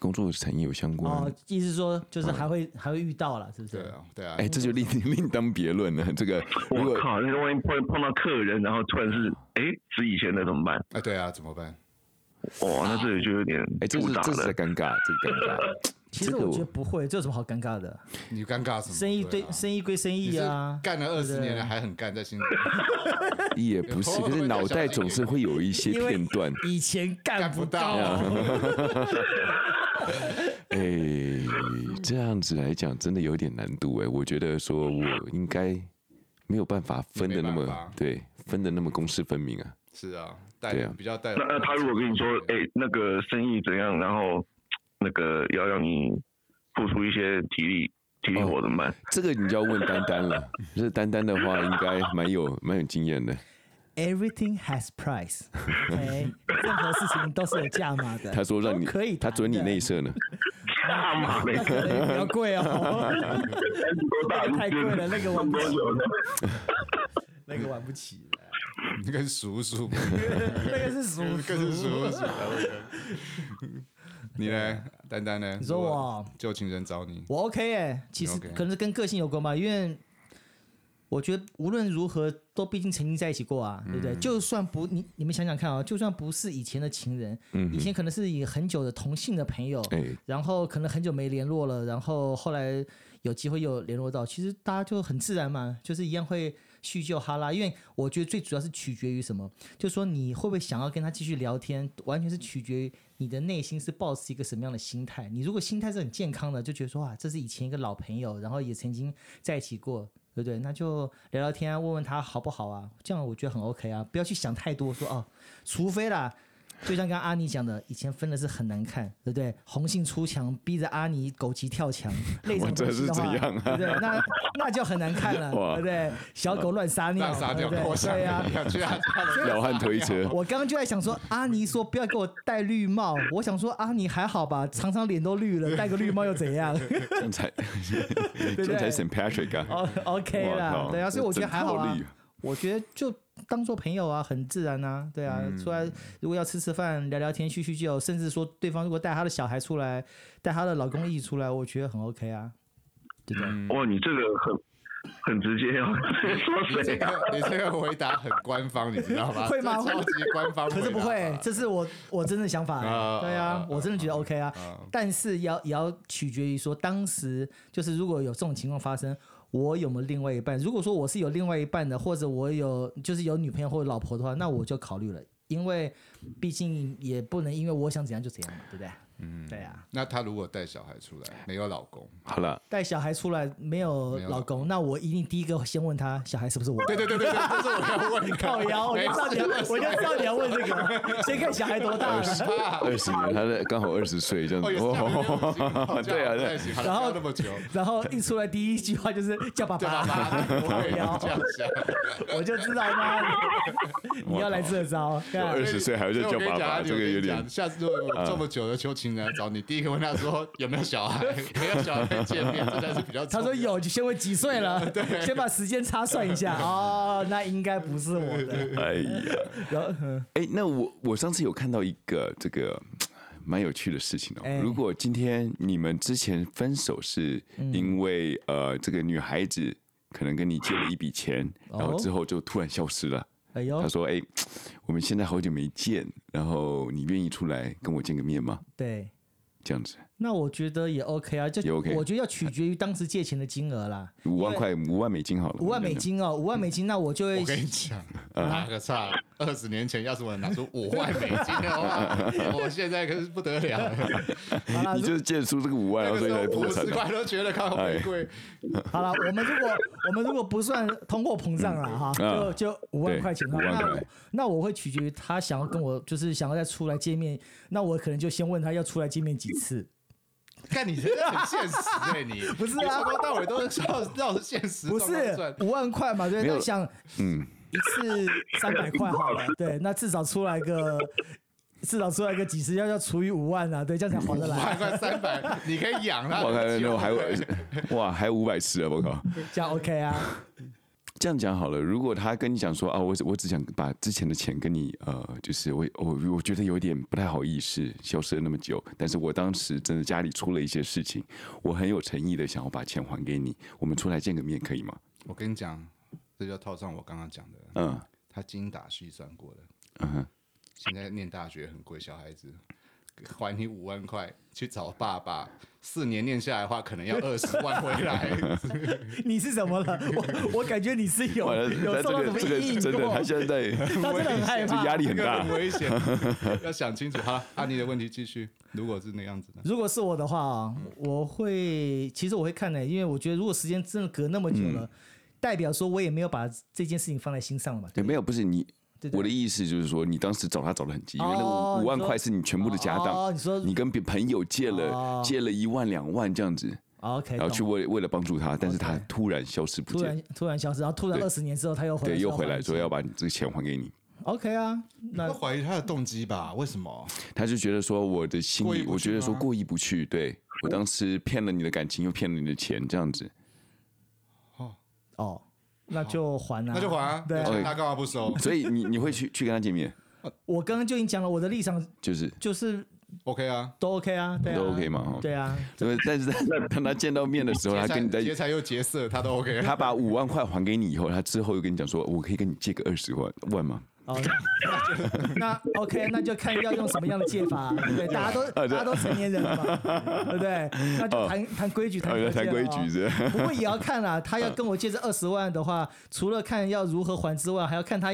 [SPEAKER 3] 工作产业有相
[SPEAKER 4] 哦
[SPEAKER 3] 关，，啊
[SPEAKER 4] 意思是说
[SPEAKER 3] 嗯
[SPEAKER 4] 就是还会还会遇到了，是不
[SPEAKER 2] 对
[SPEAKER 4] 是？
[SPEAKER 2] 啊，对啊，
[SPEAKER 3] 哎，这就另 <laughs> 另当别论了。这个如
[SPEAKER 5] 我
[SPEAKER 3] 果
[SPEAKER 5] 靠，那个万一碰碰到客人，然后突然是哎是以前的怎么办？
[SPEAKER 2] 啊，对啊，怎么办？
[SPEAKER 5] 哦，那这里就有点
[SPEAKER 3] 哎，这
[SPEAKER 5] 复
[SPEAKER 3] 是
[SPEAKER 5] 杂
[SPEAKER 3] 这是
[SPEAKER 5] 了
[SPEAKER 3] 在。尴尬，这个尴尬。
[SPEAKER 4] 其实
[SPEAKER 3] 这个
[SPEAKER 4] 我觉得不会，这有什么好尴尬的？
[SPEAKER 2] 你尴尬什么？
[SPEAKER 4] 生意对
[SPEAKER 2] 啊
[SPEAKER 4] 生意归生
[SPEAKER 2] 你
[SPEAKER 4] 意
[SPEAKER 2] 是
[SPEAKER 4] 啊，
[SPEAKER 2] 干了二十年
[SPEAKER 4] 对
[SPEAKER 2] 了还很干，在心里
[SPEAKER 3] 也不是，
[SPEAKER 2] 头发
[SPEAKER 3] 可
[SPEAKER 2] 会不
[SPEAKER 3] 是
[SPEAKER 2] 会
[SPEAKER 3] 脑
[SPEAKER 2] 再
[SPEAKER 3] 袋
[SPEAKER 2] 小心
[SPEAKER 3] 总
[SPEAKER 2] 一
[SPEAKER 3] 是会有一些
[SPEAKER 4] 因为
[SPEAKER 3] 片段。
[SPEAKER 4] 以前 <laughs> 干
[SPEAKER 2] 干不
[SPEAKER 4] 不到
[SPEAKER 2] 到，
[SPEAKER 3] 哎、这样子来讲，真的有点难度哎、我觉得说我应该没有办法分的那
[SPEAKER 2] 没办
[SPEAKER 3] 么
[SPEAKER 2] 法
[SPEAKER 3] 对，分的那么公私分明啊。
[SPEAKER 2] <laughs> 是啊，带
[SPEAKER 3] 对啊
[SPEAKER 2] 比较带。
[SPEAKER 5] 那那他如果
[SPEAKER 2] <laughs>
[SPEAKER 5] 跟你说，哎、那个生意怎样，然后那个要让你付出一些体力体
[SPEAKER 3] 哦
[SPEAKER 5] 力活怎
[SPEAKER 3] <laughs>
[SPEAKER 5] 么办？
[SPEAKER 3] 这个你就要问丹丹了。就是丹丹的话，应该蛮有蛮有经验的。
[SPEAKER 4] Everything has price，哎，任何事情都是有价码的。
[SPEAKER 3] 他说让你
[SPEAKER 4] 都可以
[SPEAKER 3] 他
[SPEAKER 4] 谈的，
[SPEAKER 3] 准你内射
[SPEAKER 4] <laughs>
[SPEAKER 3] 呢。
[SPEAKER 5] 大马嘞，
[SPEAKER 4] 那可能比较贵哦，
[SPEAKER 5] 多
[SPEAKER 4] <laughs>
[SPEAKER 5] 大
[SPEAKER 4] 那个太贵了，那个玩不
[SPEAKER 5] <laughs> 多
[SPEAKER 4] 起，
[SPEAKER 5] 久呢？
[SPEAKER 4] 那个玩不起的，
[SPEAKER 2] 那个叔
[SPEAKER 4] <laughs>
[SPEAKER 2] 叔，
[SPEAKER 4] 那个是属
[SPEAKER 2] 更是叔叔。
[SPEAKER 4] <laughs>
[SPEAKER 2] 你呢，丹丹呢？
[SPEAKER 4] 啊你说我
[SPEAKER 2] 如果旧情人找你，
[SPEAKER 4] 我 OK 哎、其
[SPEAKER 2] 你
[SPEAKER 4] 实
[SPEAKER 2] OK
[SPEAKER 4] 可能是跟个性有关吧，因为我觉得无论如何都毕竟曾经在一起过啊，对不对？就算不你你们想想看啊，就算不是以前的情人，以前可能是以很久的同性的朋友，
[SPEAKER 3] 哎、
[SPEAKER 4] 然后可能很久没联络了，然后后来有机会又联络到，其实大家就很自然嘛，就是一样会叙旧哈拉。因为我觉得最主要是取决于什么，就是说你会不会想要跟他继续聊天，完全是取决于你的内心是抱持一个什么样的心态。你如果心态是很健康的，就觉得说哇，啊这是以前一个老朋友，然后也曾经在一起过。对不对？那就聊聊天啊，问问他好不好啊？这样我觉得很 OK 啊，不要去想太多，说哦，除非啦，就像刚刚阿尼讲的，以前分的是很难看，对不对？红杏出墙，逼着阿尼狗急跳墙， <laughs> 类似
[SPEAKER 3] 这是
[SPEAKER 4] 的话，
[SPEAKER 3] 怎样啊
[SPEAKER 4] 对不对？那那就很难看了，
[SPEAKER 3] 哇
[SPEAKER 4] 对不对？小狗乱撒尿，
[SPEAKER 2] 让撒尿，
[SPEAKER 4] 对不
[SPEAKER 2] 我
[SPEAKER 4] 对？
[SPEAKER 2] 想
[SPEAKER 4] 对啊呀、
[SPEAKER 2] 想去他家楼
[SPEAKER 3] 老汉推车，
[SPEAKER 4] 我刚刚就在想说，阿尼说不要给我戴绿帽，我想说阿尼还好吧，常常脸都绿了，戴个绿帽又怎样？ <laughs>
[SPEAKER 3] 这样才 <laughs>
[SPEAKER 4] 对
[SPEAKER 3] 这样才 St. Patrick 啊。
[SPEAKER 4] O OK
[SPEAKER 3] 哇
[SPEAKER 4] 啦
[SPEAKER 3] 靠，
[SPEAKER 4] 对啊，所以我觉得
[SPEAKER 3] 整
[SPEAKER 4] 还好
[SPEAKER 3] 套
[SPEAKER 4] 啊
[SPEAKER 3] 利。
[SPEAKER 4] 我觉得就当做朋友啊，很自然啊，对啊，出来如果要吃吃饭、聊聊天、叙叙旧，甚至说对方如果带他的小孩出
[SPEAKER 3] 嗯
[SPEAKER 4] 来，带他的老公一起出来，我觉得很 OK 啊，对不对？
[SPEAKER 5] 哇，你这个很很直接哦， <laughs> 说
[SPEAKER 2] 你这
[SPEAKER 5] 谁啊？
[SPEAKER 2] 个你这个回答很官方，你知道吗？
[SPEAKER 4] <laughs> 会吗
[SPEAKER 2] 这超级官方回答
[SPEAKER 4] 可
[SPEAKER 2] 吧，
[SPEAKER 4] 是不会，这是我我真的想法欸、
[SPEAKER 2] 啊
[SPEAKER 4] 对
[SPEAKER 2] 啊
[SPEAKER 4] 啊
[SPEAKER 2] 啊，
[SPEAKER 4] 我真的觉得 OK 啊，
[SPEAKER 2] 啊
[SPEAKER 4] 但是也要也要取决于说当时就是如果有这种情况发生，我有没有另外一半。如果说我是有另外一半的，或者我有就是有女朋友或者老婆的话，那我就考虑了，因为毕竟也不能因为我想怎样就怎样嘛，对不对？嗯，对啊。
[SPEAKER 2] 那他如果带小孩出来，没有老公，
[SPEAKER 3] 好了，
[SPEAKER 4] 带小孩出来没有
[SPEAKER 2] 没有
[SPEAKER 4] 老公，那我一定第一个先问他小孩是不是我的。
[SPEAKER 2] 对对对对对，这是我要问的。
[SPEAKER 4] 靠腰，我就知道你要，我就知道你要问这个。先看小孩
[SPEAKER 2] <laughs>
[SPEAKER 4] 多大了，
[SPEAKER 3] 二十年，他在刚好二十岁这样
[SPEAKER 2] 哦，
[SPEAKER 3] 子。
[SPEAKER 2] 也是这样没有经过
[SPEAKER 3] <laughs> 对
[SPEAKER 2] 这样
[SPEAKER 3] 啊，对
[SPEAKER 2] 在一
[SPEAKER 3] 啊，
[SPEAKER 2] 起好
[SPEAKER 4] 然
[SPEAKER 2] 像
[SPEAKER 4] 后
[SPEAKER 2] 那么久，
[SPEAKER 4] 然后一出来第一句话就是叫爸
[SPEAKER 2] 对吧？
[SPEAKER 4] 爸，
[SPEAKER 2] 不会这样想。
[SPEAKER 4] 我就知道妈的，
[SPEAKER 3] <laughs>
[SPEAKER 4] 你要来这招。干
[SPEAKER 3] 二十岁还要再叫爸爸，这个有点。
[SPEAKER 2] 下次如果有这么久的求情人来找你，第一个问他说有没有小孩，没有小孩再见面，这才是比较。
[SPEAKER 4] 他说，有，就先问几岁
[SPEAKER 3] <laughs>
[SPEAKER 4] 了，先把时间差算一下。哦，那应该不是我的。
[SPEAKER 3] 哎呀，
[SPEAKER 4] 然后，嗯
[SPEAKER 3] 哎，那我我上次有看到一个这个嗯蛮有趣的事情
[SPEAKER 4] 哎
[SPEAKER 3] 哦。如果今天你们之前分手是
[SPEAKER 4] 嗯
[SPEAKER 3] 因为呃这个女孩子可能跟你借了一笔钱，
[SPEAKER 4] 哦
[SPEAKER 3] 然后之后就突然消失了。
[SPEAKER 4] 哎呦
[SPEAKER 3] 他，说：“哎，我们现在好久没见，然后你愿意出来跟我见个面吗？
[SPEAKER 4] 对，
[SPEAKER 3] 这样子，
[SPEAKER 4] 那我觉得也 OK 啊，就
[SPEAKER 3] 也 OK
[SPEAKER 4] 我觉得要取决于当时借钱的金
[SPEAKER 3] <laughs>
[SPEAKER 4] 额啦。
[SPEAKER 3] 五万块，五万美金好了，
[SPEAKER 4] 五万美
[SPEAKER 3] 这样子。
[SPEAKER 4] 金哦，五万美金，那我就
[SPEAKER 3] <laughs>
[SPEAKER 4] 会
[SPEAKER 2] 我跟你讲，打个岔，二十年前要是我拿出五万美金的话，我现在可是不得了了。
[SPEAKER 4] 好了
[SPEAKER 3] 你。就是借出这个五万，
[SPEAKER 2] 啊那
[SPEAKER 3] 然后
[SPEAKER 2] 个
[SPEAKER 3] 所
[SPEAKER 2] 时
[SPEAKER 3] 以
[SPEAKER 2] 候
[SPEAKER 3] 才破
[SPEAKER 2] 五
[SPEAKER 3] 产
[SPEAKER 2] 十
[SPEAKER 3] 的。
[SPEAKER 2] 块都觉得靠玫瑰，
[SPEAKER 4] 好了，我们如果我们如果不算通货膨胀了哈，就
[SPEAKER 3] 啊
[SPEAKER 4] 就五万
[SPEAKER 3] 对
[SPEAKER 4] 块钱的话，
[SPEAKER 3] 5万
[SPEAKER 4] 那
[SPEAKER 3] 块
[SPEAKER 4] 我那我会取决于他想要跟我，就是想要再出来见面，那我可能就先问他要出来见面几次。
[SPEAKER 2] 看你真的很现实哎，你
[SPEAKER 4] 不是啊
[SPEAKER 2] 从头到尾都是绕绕着现实
[SPEAKER 4] 不
[SPEAKER 2] 状况
[SPEAKER 4] 是
[SPEAKER 2] 转。
[SPEAKER 4] 五万块嘛？对，
[SPEAKER 3] 没有
[SPEAKER 4] 那想
[SPEAKER 3] 嗯，
[SPEAKER 4] 一次三百块
[SPEAKER 3] <laughs>
[SPEAKER 4] 好了，对，那至少出来个至少出来个几十，要要除以五万啊，对，这样才划得
[SPEAKER 2] 五
[SPEAKER 4] 来，
[SPEAKER 2] 万块三百，你可以养它
[SPEAKER 3] 哇，还
[SPEAKER 2] 很久。
[SPEAKER 3] 有还有 <laughs> 哇，还有五百次啊！
[SPEAKER 2] <laughs>
[SPEAKER 3] 我靠，
[SPEAKER 4] 这样 OK 啊？
[SPEAKER 3] 这样讲好了。如果他跟你讲说啊，我只我只想把之前的钱跟你呃，就是我我我觉得有点不太好意思，消失了那么久，但是我当时真的家里出了一些事情，我很有诚意的想要把钱还给你，我们出来见个面可以吗？
[SPEAKER 2] 我跟你讲，这就套上我刚刚讲的，
[SPEAKER 3] 嗯
[SPEAKER 2] 他精打细算过的。
[SPEAKER 3] 嗯哼。”
[SPEAKER 2] 现在念大学很贵，小孩子还你五万块去找爸爸，四年念下来的话，可能要二十万回来。
[SPEAKER 4] 你是怎
[SPEAKER 3] <laughs>
[SPEAKER 4] 么了？我我感觉你是有
[SPEAKER 3] 完了，
[SPEAKER 4] 有
[SPEAKER 3] 他
[SPEAKER 4] 受到
[SPEAKER 3] 这
[SPEAKER 4] 什么
[SPEAKER 3] 个这
[SPEAKER 4] 阴
[SPEAKER 3] 个
[SPEAKER 4] 影
[SPEAKER 3] 真的，
[SPEAKER 4] 过
[SPEAKER 3] 他
[SPEAKER 4] <laughs>
[SPEAKER 3] 现在
[SPEAKER 2] <laughs>
[SPEAKER 4] 他真的很害
[SPEAKER 3] 这
[SPEAKER 4] 怕，
[SPEAKER 3] 压力很
[SPEAKER 2] 这哦啊个
[SPEAKER 3] 大
[SPEAKER 2] 很。危险，要想清楚。好了，阿尼的问题继续。如果是那样子的，
[SPEAKER 4] 如果是我的话啊，我会其实我会看的、因为我觉得如果时间真的隔那么久了，代表说我也没有把这件事情放在心上了嘛。
[SPEAKER 3] 对，没有，不是你，
[SPEAKER 4] 对不
[SPEAKER 3] 我的
[SPEAKER 4] 对
[SPEAKER 3] 意思就是说，你当时找他找的很急，因为那
[SPEAKER 4] 哦
[SPEAKER 3] 五五万
[SPEAKER 4] 你说
[SPEAKER 3] 块是你全部的家
[SPEAKER 4] 哦
[SPEAKER 3] 当，
[SPEAKER 4] 你说
[SPEAKER 3] 你跟别朋友借
[SPEAKER 4] 哦
[SPEAKER 3] 了借了一万两万这样子，
[SPEAKER 4] 哦 OK，
[SPEAKER 3] 然后去
[SPEAKER 4] 懂了哦
[SPEAKER 3] 为为了帮助他，但是他
[SPEAKER 4] OK
[SPEAKER 3] 突然消失不
[SPEAKER 4] 突
[SPEAKER 3] 见，
[SPEAKER 4] 然突然消失，然后突然
[SPEAKER 3] 对
[SPEAKER 4] 二十年之后他又回来，
[SPEAKER 3] 对，又回来
[SPEAKER 4] 说
[SPEAKER 3] 说要把你这个钱还给你，
[SPEAKER 4] OK 啊，那
[SPEAKER 2] 我怀疑他的动机吧？为什么？
[SPEAKER 3] 他就觉得说我的心
[SPEAKER 2] 过意
[SPEAKER 3] 里，
[SPEAKER 2] 不
[SPEAKER 3] 我
[SPEAKER 2] 去
[SPEAKER 3] 觉得说
[SPEAKER 2] 吗
[SPEAKER 3] 过意不去，
[SPEAKER 4] 哦
[SPEAKER 3] 对我当时骗了你的感情，又骗了你的钱，这样子，
[SPEAKER 4] 哦那就还啊，
[SPEAKER 2] 那就还啊，
[SPEAKER 4] 对啊，
[SPEAKER 2] 他干嘛不
[SPEAKER 4] <laughs>
[SPEAKER 2] 收？
[SPEAKER 3] 所以你你会去去跟他见面，
[SPEAKER 4] 我刚刚就已经讲了，我的立场
[SPEAKER 3] 就是
[SPEAKER 4] 就是
[SPEAKER 2] OK 啊，
[SPEAKER 4] 都 OK 啊，对啊，
[SPEAKER 3] 都 OK 嘛，哈，
[SPEAKER 4] 对啊，
[SPEAKER 3] 所以但是他 <laughs> 当他见到面的时候，啊他
[SPEAKER 2] 劫
[SPEAKER 3] 跟你
[SPEAKER 2] 财
[SPEAKER 3] 在
[SPEAKER 2] 劫财又劫色，他都 OK。啊
[SPEAKER 3] 他把五万块还给你以后，他之后又跟你讲说，我可以跟你借个二十万万吗？
[SPEAKER 4] 哦， <laughs> 那 OK，那就看要用什么样的借法、对不对？大家都大家都成年人了嘛，对
[SPEAKER 3] <laughs>
[SPEAKER 4] 不对？那就谈谈规矩，谈
[SPEAKER 3] 啊哦
[SPEAKER 4] 条
[SPEAKER 3] 要
[SPEAKER 4] 件
[SPEAKER 3] 谈规矩是
[SPEAKER 4] 了哦不过也要看啦，他要跟我借这二十万的话，除了看要如何还之外，还要看他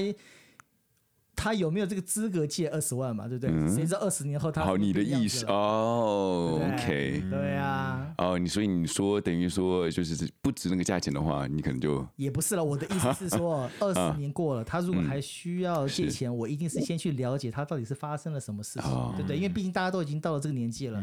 [SPEAKER 4] 他有没有这个资格借二十万嘛，对不对？谁知道二十年后他
[SPEAKER 3] 嗯好，你的意思
[SPEAKER 4] 啊
[SPEAKER 3] 哦
[SPEAKER 4] 对
[SPEAKER 3] ，OK，
[SPEAKER 4] 对啊，
[SPEAKER 3] 哦，你所以你说等于说就是不值那个价钱的话，你可能就
[SPEAKER 4] 也不是了，我的意思是
[SPEAKER 3] <laughs>
[SPEAKER 4] 说，
[SPEAKER 3] 啊
[SPEAKER 4] 二十年过了，他如果还需要借钱，我一定是先去了解他到底是发生了什么事情，
[SPEAKER 3] 哦嗯
[SPEAKER 4] 对不对？因为毕竟大家都已经到了这个年纪了，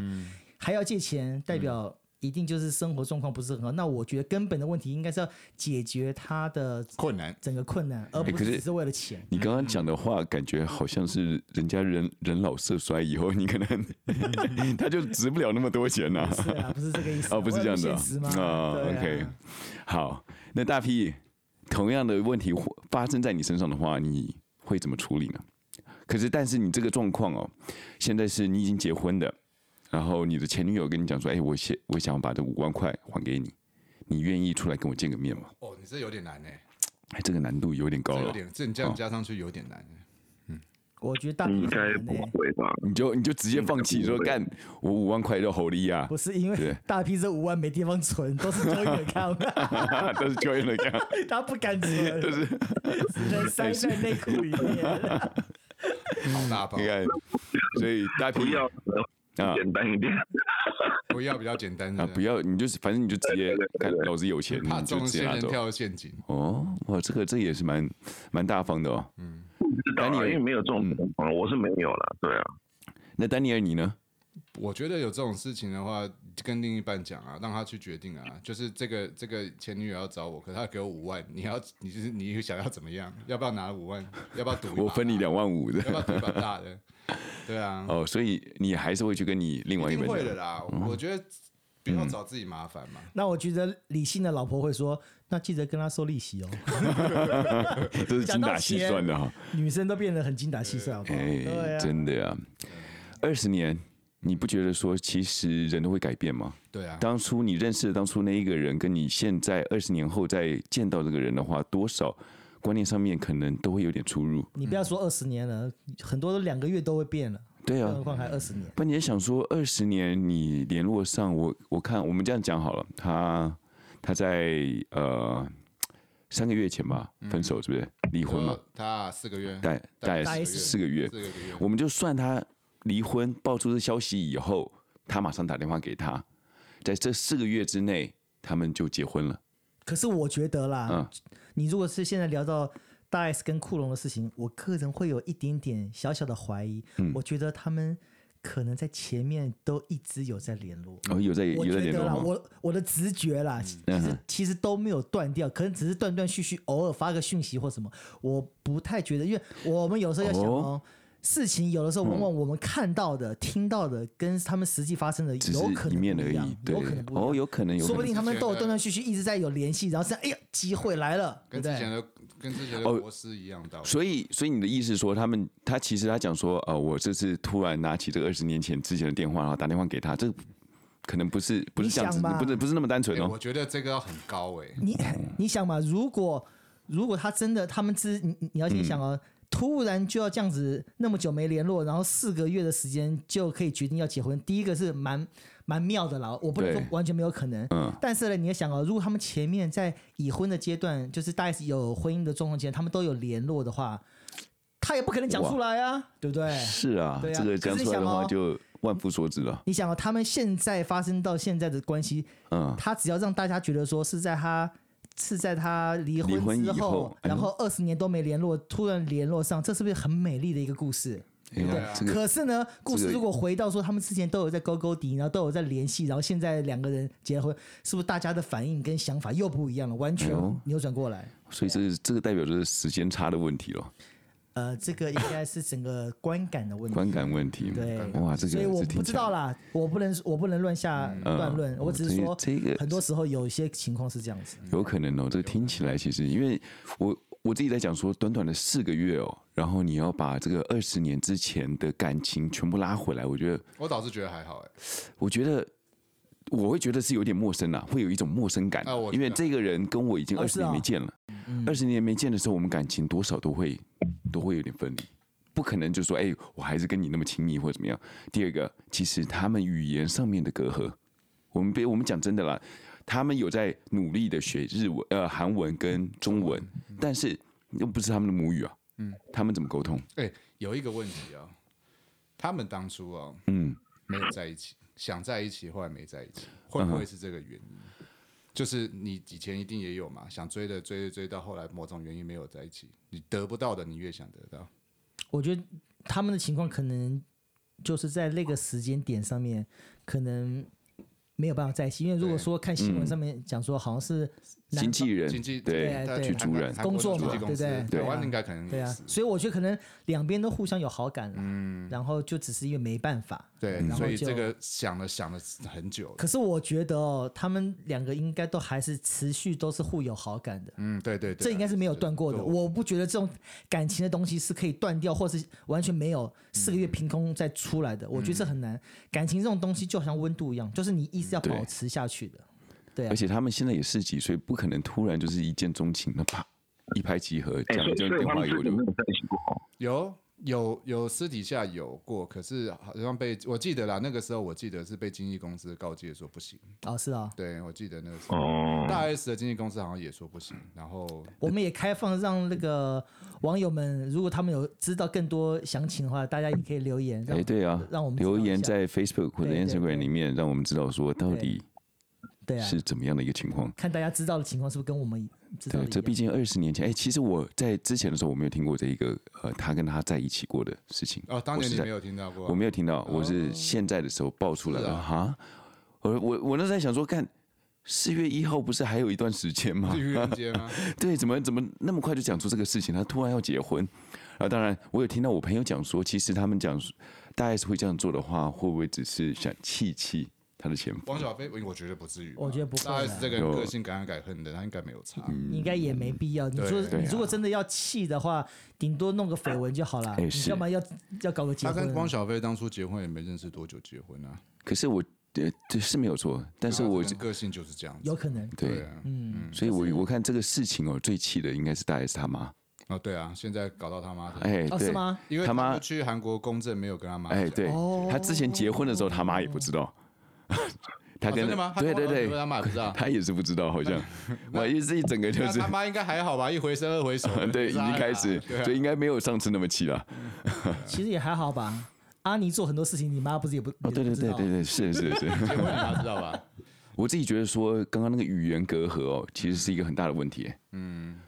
[SPEAKER 4] 还要借钱，代表一定就是生活状况不是很好。那我觉得根本的问题应该是要解决他的
[SPEAKER 2] 困难，
[SPEAKER 4] 整个困难，而不
[SPEAKER 3] 哎可
[SPEAKER 4] 是
[SPEAKER 3] 是
[SPEAKER 4] 只是为了钱。
[SPEAKER 3] 你刚刚讲的话，感觉好像是人家人人老色衰以后，你可
[SPEAKER 4] <laughs>
[SPEAKER 3] 能他就值不了那么多钱呐、
[SPEAKER 4] 是啊，不是这个意
[SPEAKER 3] <laughs>
[SPEAKER 4] 思。
[SPEAKER 3] 哦，不是这样子
[SPEAKER 4] 我
[SPEAKER 3] 啊
[SPEAKER 4] 很现实吗？
[SPEAKER 3] 哦
[SPEAKER 4] 对啊
[SPEAKER 3] OK，好，那大 P，同样的问题发生在你身上的话，你会怎么处理呢？可是，但是你这个状况哦，现在是你已经结婚的，然后你的前女友跟你讲说，哎，我现我想要把这五万块还给你，你愿意出来跟我见个面吗？
[SPEAKER 2] <laughs> 哦，你这有点难哎、
[SPEAKER 3] 哎，这个难度有点高
[SPEAKER 2] 这有
[SPEAKER 3] 了，哦
[SPEAKER 2] 点，这你这样加上去有点难、欸
[SPEAKER 4] 我觉得大
[SPEAKER 5] 应
[SPEAKER 4] 批
[SPEAKER 5] 该
[SPEAKER 4] 人
[SPEAKER 5] 不
[SPEAKER 4] 呢，
[SPEAKER 5] 会吧？
[SPEAKER 3] 你就你就直接放弃说干，我五万块都好利啊
[SPEAKER 4] 不，是因为
[SPEAKER 3] 对
[SPEAKER 4] 大批这五万没地方存，都是交友看，
[SPEAKER 3] <laughs> 都是 join 了干，
[SPEAKER 4] 他不敢存，
[SPEAKER 3] 就是
[SPEAKER 4] 只能塞在内裤里面。嗯
[SPEAKER 2] 好大包
[SPEAKER 3] 你，看，所以大
[SPEAKER 5] 不
[SPEAKER 3] 平
[SPEAKER 5] 要呃
[SPEAKER 3] 啊
[SPEAKER 5] 简单一点，
[SPEAKER 2] 不要比较简单的，
[SPEAKER 3] 啊，不要，你就是反正你就直接看老子有钱，
[SPEAKER 2] 怕
[SPEAKER 3] 你就
[SPEAKER 2] 中
[SPEAKER 3] 直接
[SPEAKER 2] 线
[SPEAKER 3] 拿
[SPEAKER 2] 人
[SPEAKER 3] 走。
[SPEAKER 2] 跳陷阱。
[SPEAKER 3] 哦，哇，这个这也是蛮蛮大方的哦。
[SPEAKER 5] 知道啊
[SPEAKER 3] 丹尼尔
[SPEAKER 5] 因为没有这种
[SPEAKER 3] 嗯
[SPEAKER 5] 状况，我是没有啦，对啊，
[SPEAKER 3] 那丹尼尔你呢？
[SPEAKER 2] 我觉得有这种事情的话，跟另一半讲啊，让他去决定啊。就是这个这个前女友要找我，可他给我五万，你要你就是你想要怎么样？要不要拿五万？要不要赌一把？
[SPEAKER 3] 我分你两万五
[SPEAKER 2] 要不 <laughs>
[SPEAKER 3] 的
[SPEAKER 2] 要赌一把大的？
[SPEAKER 3] <laughs>
[SPEAKER 2] 对啊，
[SPEAKER 3] 哦，所以你还是会去跟你另外
[SPEAKER 2] 一
[SPEAKER 3] 一
[SPEAKER 2] 定
[SPEAKER 3] 半
[SPEAKER 2] 会的
[SPEAKER 3] 讲嗯
[SPEAKER 2] 啦。我觉得不要找自己麻烦嘛。
[SPEAKER 4] <laughs> 那我觉得理性的老婆会说，那记得跟他收利息哦。 <laughs>
[SPEAKER 3] 这是精
[SPEAKER 4] 讲到
[SPEAKER 3] 打细
[SPEAKER 4] 钱
[SPEAKER 3] 算的哈、
[SPEAKER 4] 女生都变得很精打细算，好不好？
[SPEAKER 3] 哎、
[SPEAKER 4] 对啊，
[SPEAKER 3] 真的啊，二十年，你不觉得说其实人都会改变吗？
[SPEAKER 2] 对啊，
[SPEAKER 3] 当初你认识的当初那一个人，跟你现在二十年后再见到这个人的话，多少观念上面可能都会有点出入。
[SPEAKER 4] 你不要说二十年了，很多都两个月都会变了，
[SPEAKER 3] 对
[SPEAKER 4] 更
[SPEAKER 3] 啊
[SPEAKER 4] 何，况还二十年。
[SPEAKER 3] 不然你也想说二十年你联络上我，我看我们这样讲好了，他他在呃三个月前吧分手，是不是离婚嘛？
[SPEAKER 2] 呃他四个月，
[SPEAKER 3] 大嗯大
[SPEAKER 4] 大
[SPEAKER 3] 概
[SPEAKER 4] 概
[SPEAKER 3] 是四个月
[SPEAKER 2] 四，个月，
[SPEAKER 3] 我们就算他离婚爆出这消息以后，他马上打电话给他，在这四个月之内，他们就结婚了。
[SPEAKER 4] 可是我觉得啦，
[SPEAKER 3] 嗯
[SPEAKER 4] 你如果是现在聊到大 S 跟库龙的事情，我个人会有一点点小小的怀疑，
[SPEAKER 3] 嗯
[SPEAKER 4] 我觉得他们可能在前面都一直有在联络。
[SPEAKER 3] 哦，有在有
[SPEAKER 4] 我觉
[SPEAKER 3] 在联
[SPEAKER 4] 得啦，
[SPEAKER 3] 络吗？
[SPEAKER 4] 我我的直觉啦，其
[SPEAKER 3] 嗯
[SPEAKER 4] 实其实都没有断掉，可能只是断断续续，偶尔发个讯息或什么，我不太觉得，因为我们有时候要想哦。事情有的时候，往往我们看到的、听到的，跟他们实际发生的
[SPEAKER 3] 只
[SPEAKER 4] 有可
[SPEAKER 3] 是一
[SPEAKER 4] 能
[SPEAKER 3] 面
[SPEAKER 4] 不
[SPEAKER 3] 而
[SPEAKER 4] 一样
[SPEAKER 3] 已，，对
[SPEAKER 4] 有可能，不一样
[SPEAKER 3] 哦，有可能，有
[SPEAKER 4] 说
[SPEAKER 3] 可
[SPEAKER 4] 不定
[SPEAKER 3] 能。
[SPEAKER 4] 他们都有
[SPEAKER 2] 之前的
[SPEAKER 4] 断断续续一直在有联系，然后是哎呀机会来了，
[SPEAKER 2] 跟
[SPEAKER 4] 对不
[SPEAKER 2] 之前
[SPEAKER 4] 对？
[SPEAKER 2] 的跟之前的
[SPEAKER 3] 哦
[SPEAKER 2] 国师一样道理。
[SPEAKER 3] 所以，所以你的意思是说，他们他其实他讲说，呃，我这次突然拿起这个二十年前之前的电话，然后打电话给他，这可能不是不是
[SPEAKER 4] 你
[SPEAKER 3] 这样子，
[SPEAKER 4] 想吧
[SPEAKER 3] 不是不是那么单纯
[SPEAKER 2] 哎
[SPEAKER 3] 哦
[SPEAKER 2] 我。觉得这个要很高哎、
[SPEAKER 4] 你
[SPEAKER 3] 嗯
[SPEAKER 4] 你想嘛，如果如果他真的他们之你你你要先想
[SPEAKER 3] 嗯
[SPEAKER 4] 哦，突然就要这样子那么久没联络，然后四个月的时间就可以决定要结婚，第一个是蛮蛮妙的啦，我不能说
[SPEAKER 3] 对
[SPEAKER 4] 完全没有可能。
[SPEAKER 3] 嗯
[SPEAKER 4] 但是呢，你要想哦，如果他们前面在已婚的阶段，就是大概是有婚姻的状况前，他们都有联络的话，他也不可能讲出来啊，对不对？
[SPEAKER 3] 是啊，
[SPEAKER 4] 对啊
[SPEAKER 3] 这个讲出来的话
[SPEAKER 4] 可是哦
[SPEAKER 3] 就万夫所指了。
[SPEAKER 4] 你想哦，他们现在发生到现在的关系，
[SPEAKER 3] 嗯，
[SPEAKER 4] 他只要让大家觉得说是在他是在他离
[SPEAKER 3] 离婚
[SPEAKER 4] 婚之
[SPEAKER 3] 以后哎呦
[SPEAKER 4] 然后二十年都没联络，突然联络上，这是不是很美丽的一个故事？
[SPEAKER 3] 哎
[SPEAKER 2] 对
[SPEAKER 3] 呀
[SPEAKER 2] 啊
[SPEAKER 3] 这个
[SPEAKER 4] 可是呢，故
[SPEAKER 3] 这
[SPEAKER 4] 事
[SPEAKER 3] 个
[SPEAKER 4] 如果回到说他们之前都有在勾勾底，然后都有在联系，然后现在两个人结婚，是不是大家的反应跟想法又不一样了？完全
[SPEAKER 3] 哎呦
[SPEAKER 4] 扭转过来。
[SPEAKER 3] 所以这
[SPEAKER 4] 啊
[SPEAKER 3] 个这个代表着是时间差的问题了，
[SPEAKER 4] 呃，这个应该是整个观感的问题。
[SPEAKER 3] 哦观感问题。
[SPEAKER 4] 嗯对
[SPEAKER 3] 哇，这个
[SPEAKER 4] 所以我
[SPEAKER 3] 这挺
[SPEAKER 4] 不知道
[SPEAKER 3] 强
[SPEAKER 4] 啦，我不能我不能乱下断论，我只是
[SPEAKER 3] 这个
[SPEAKER 4] 说，
[SPEAKER 3] 嗯这个
[SPEAKER 4] 很多时候有一些情况是这样子。
[SPEAKER 3] 有可能哦，这个听起来其实，因为我我自己在讲说，短短的四个月哦，然后你要把这个二十年之前的感情全部拉回来，我觉得，
[SPEAKER 2] 我倒是觉得还好哎、
[SPEAKER 3] 我觉得。我会觉得是有点陌生啦、啊会有一种陌生感、
[SPEAKER 2] 啊我
[SPEAKER 3] 因为
[SPEAKER 2] 知道
[SPEAKER 3] 这个人跟我已经
[SPEAKER 4] 哦
[SPEAKER 3] 二十
[SPEAKER 4] 是啊
[SPEAKER 3] 年没见了，二十、年没见的时候，我们感情多少都会都会有点分离，不可能就说哎、我还是跟你那么亲密或者怎么样。第二个，其实他们语言上面的隔阂，我们别我们讲真的啦，他们有在努力的学日文、呃韩文跟中文，但是又不是他们的母语啊，嗯，他们怎么沟通？
[SPEAKER 2] 哎、有一个问题哦，他们当初哦
[SPEAKER 3] 嗯，
[SPEAKER 2] 没有在一起，想在一起，后来没在一起，会不会是这个原
[SPEAKER 3] 嗯
[SPEAKER 2] 因？就是你以前一定也有嘛，想追的追的追到后来某种原因没有在一起，你得不到的你越想得到，
[SPEAKER 4] 我觉得他们的情况可能就是在那个时间点上面，可能没有办法在一起。因为如果
[SPEAKER 2] 对
[SPEAKER 4] 说看新闻上面讲说，好像是男
[SPEAKER 3] 嗯经纪人
[SPEAKER 2] 经济
[SPEAKER 3] 对啊
[SPEAKER 4] 对
[SPEAKER 2] 他
[SPEAKER 4] 去
[SPEAKER 3] 主人
[SPEAKER 2] 韩国
[SPEAKER 4] 工作
[SPEAKER 2] 经
[SPEAKER 4] 嘛
[SPEAKER 2] 纪公司
[SPEAKER 4] 对不对
[SPEAKER 2] 台
[SPEAKER 4] 对
[SPEAKER 2] 湾
[SPEAKER 4] 啊
[SPEAKER 2] 应该可能
[SPEAKER 4] 对
[SPEAKER 2] 也
[SPEAKER 4] 啊
[SPEAKER 2] 是，，
[SPEAKER 4] 所以我觉得可能两边都互相有好感了，
[SPEAKER 3] 嗯
[SPEAKER 4] 然后就只是因为没办法。
[SPEAKER 2] 对，
[SPEAKER 4] 然后
[SPEAKER 2] 嗯所以
[SPEAKER 4] 就
[SPEAKER 2] 这个想了想了很久了
[SPEAKER 4] 可，是我觉得哦，他们两个应该都还是持续都是互有好感的，
[SPEAKER 2] 嗯，对对对啊，
[SPEAKER 4] 这应该是没有断过的。
[SPEAKER 2] 对
[SPEAKER 4] 我不觉得这种感情的东西是可以断掉，或是完全没有四个月凭空再
[SPEAKER 3] 嗯
[SPEAKER 4] 出来的。我觉得这很难。感情这种东西就好像温度一样，就是你一直要
[SPEAKER 3] 对
[SPEAKER 4] 保持下去的。对啊
[SPEAKER 3] 而，且他们现在也是几岁，不可能突然就是一见钟情，那
[SPEAKER 4] 哎
[SPEAKER 3] 啪一拍即合，
[SPEAKER 5] 哎、
[SPEAKER 3] 讲一
[SPEAKER 5] 所以
[SPEAKER 3] 讲
[SPEAKER 5] 所以
[SPEAKER 3] 电
[SPEAKER 5] 他
[SPEAKER 3] 话
[SPEAKER 5] 们
[SPEAKER 3] 以
[SPEAKER 5] 之
[SPEAKER 3] 后
[SPEAKER 5] 前
[SPEAKER 3] 就
[SPEAKER 5] 没有在一起过哦。
[SPEAKER 2] 有有有私底下有过，可是好像被我记得啦，那个时候我记得是被经纪公司告诫说不行。
[SPEAKER 4] 哦是啊，
[SPEAKER 2] 对，我记得那个时候，大
[SPEAKER 5] 哦，
[SPEAKER 2] S 的经纪公司好像也说不行，然后
[SPEAKER 4] 我们也开放让那个网友们，如果他们有知道更多详情的话，大家也可以留言。让
[SPEAKER 3] 哎，对啊，
[SPEAKER 4] 让我们知道
[SPEAKER 3] 留
[SPEAKER 4] 一
[SPEAKER 3] 言
[SPEAKER 4] 下
[SPEAKER 3] 在 Facebook 或者
[SPEAKER 4] 对对
[SPEAKER 3] Instagram
[SPEAKER 4] 对
[SPEAKER 3] 里面，让我们知道说到底
[SPEAKER 4] 对啊，
[SPEAKER 3] 是怎么样的一个情况。
[SPEAKER 4] 看大家知道的情况是不是跟我们知道的
[SPEAKER 3] 对，
[SPEAKER 4] 一
[SPEAKER 3] 这
[SPEAKER 4] 样
[SPEAKER 3] 毕竟二十年前，哎，其实我在之前的时候，我没有听过这一个呃，他跟他在一起过的事情。
[SPEAKER 2] 哦，当
[SPEAKER 3] 我
[SPEAKER 2] 年
[SPEAKER 3] 是
[SPEAKER 2] 你
[SPEAKER 3] 在
[SPEAKER 2] 没有听到过，
[SPEAKER 3] 我没有听到，我是现在的时候爆出来
[SPEAKER 2] 是
[SPEAKER 4] 哦
[SPEAKER 3] 了
[SPEAKER 2] 啊
[SPEAKER 3] 哈。我我我那时候在想说，看四月一号不是还有一段时间吗
[SPEAKER 4] <laughs>
[SPEAKER 2] 是？愚人节吗？
[SPEAKER 3] 对，怎么怎么那么快就讲出这个事情？他突然要结婚，然后当然我有听到我朋友讲说，其实他们讲大 S 会这样做的话，会不会只是想气气他的前夫
[SPEAKER 2] 王？小飞，我觉得不至于吧，啊
[SPEAKER 4] 我觉得不会啊
[SPEAKER 2] 大 S 这个人
[SPEAKER 3] 有嗯
[SPEAKER 2] 个性敢爱敢恨的，他应该没有差。
[SPEAKER 4] 应该也没必要。你说
[SPEAKER 2] 对
[SPEAKER 4] 你
[SPEAKER 3] 啊
[SPEAKER 4] 如果真的要气的话，顶多弄个绯闻就好了。
[SPEAKER 3] 哎
[SPEAKER 4] 你
[SPEAKER 3] 是
[SPEAKER 4] 干嘛要要搞个结
[SPEAKER 2] 他跟汪
[SPEAKER 4] 婚？
[SPEAKER 2] 小菲当初结婚也没认识多久结婚啊，
[SPEAKER 3] 可是我呃这是没有错，但是
[SPEAKER 2] 然后
[SPEAKER 3] 我
[SPEAKER 2] 这个人个性就是这样子，
[SPEAKER 4] 有可能嗯
[SPEAKER 3] 对，
[SPEAKER 2] 啊，
[SPEAKER 3] 所以我我看这个事情哦，最气的应该是大 S 他妈，
[SPEAKER 2] 哦对啊，现在搞到他妈的，
[SPEAKER 3] 哎
[SPEAKER 4] 哦
[SPEAKER 3] 对
[SPEAKER 4] 是，吗？
[SPEAKER 2] 因为
[SPEAKER 3] 他
[SPEAKER 2] 他
[SPEAKER 3] 妈
[SPEAKER 2] 妈去韩国公证没有跟他妈讲，
[SPEAKER 3] 哎对
[SPEAKER 4] 哦，
[SPEAKER 3] 他之前结婚的时候他妈也不知道，他
[SPEAKER 2] 哦，
[SPEAKER 3] 跟
[SPEAKER 2] 真的吗？
[SPEAKER 3] 对对对，
[SPEAKER 2] 他妈不知
[SPEAKER 3] <laughs>
[SPEAKER 2] 道，
[SPEAKER 3] 他也是不知道，好像，我意思一整个就
[SPEAKER 2] 那
[SPEAKER 3] 是，
[SPEAKER 2] 他妈应该还好吧，一回生二回熟
[SPEAKER 3] <laughs> 对，已经开始，
[SPEAKER 2] 对啊
[SPEAKER 3] 所以应该没有上次那么气了。
[SPEAKER 4] 其实也还好吧。阿妮做很多事情，你妈不是也不
[SPEAKER 3] 哦，对对对对，对，是是是。 <laughs>
[SPEAKER 2] 结婚你妈知道吧？ <laughs>
[SPEAKER 3] 我自己觉得说，刚刚那个语言隔阂哦，其实是一个很大的问题。嗯，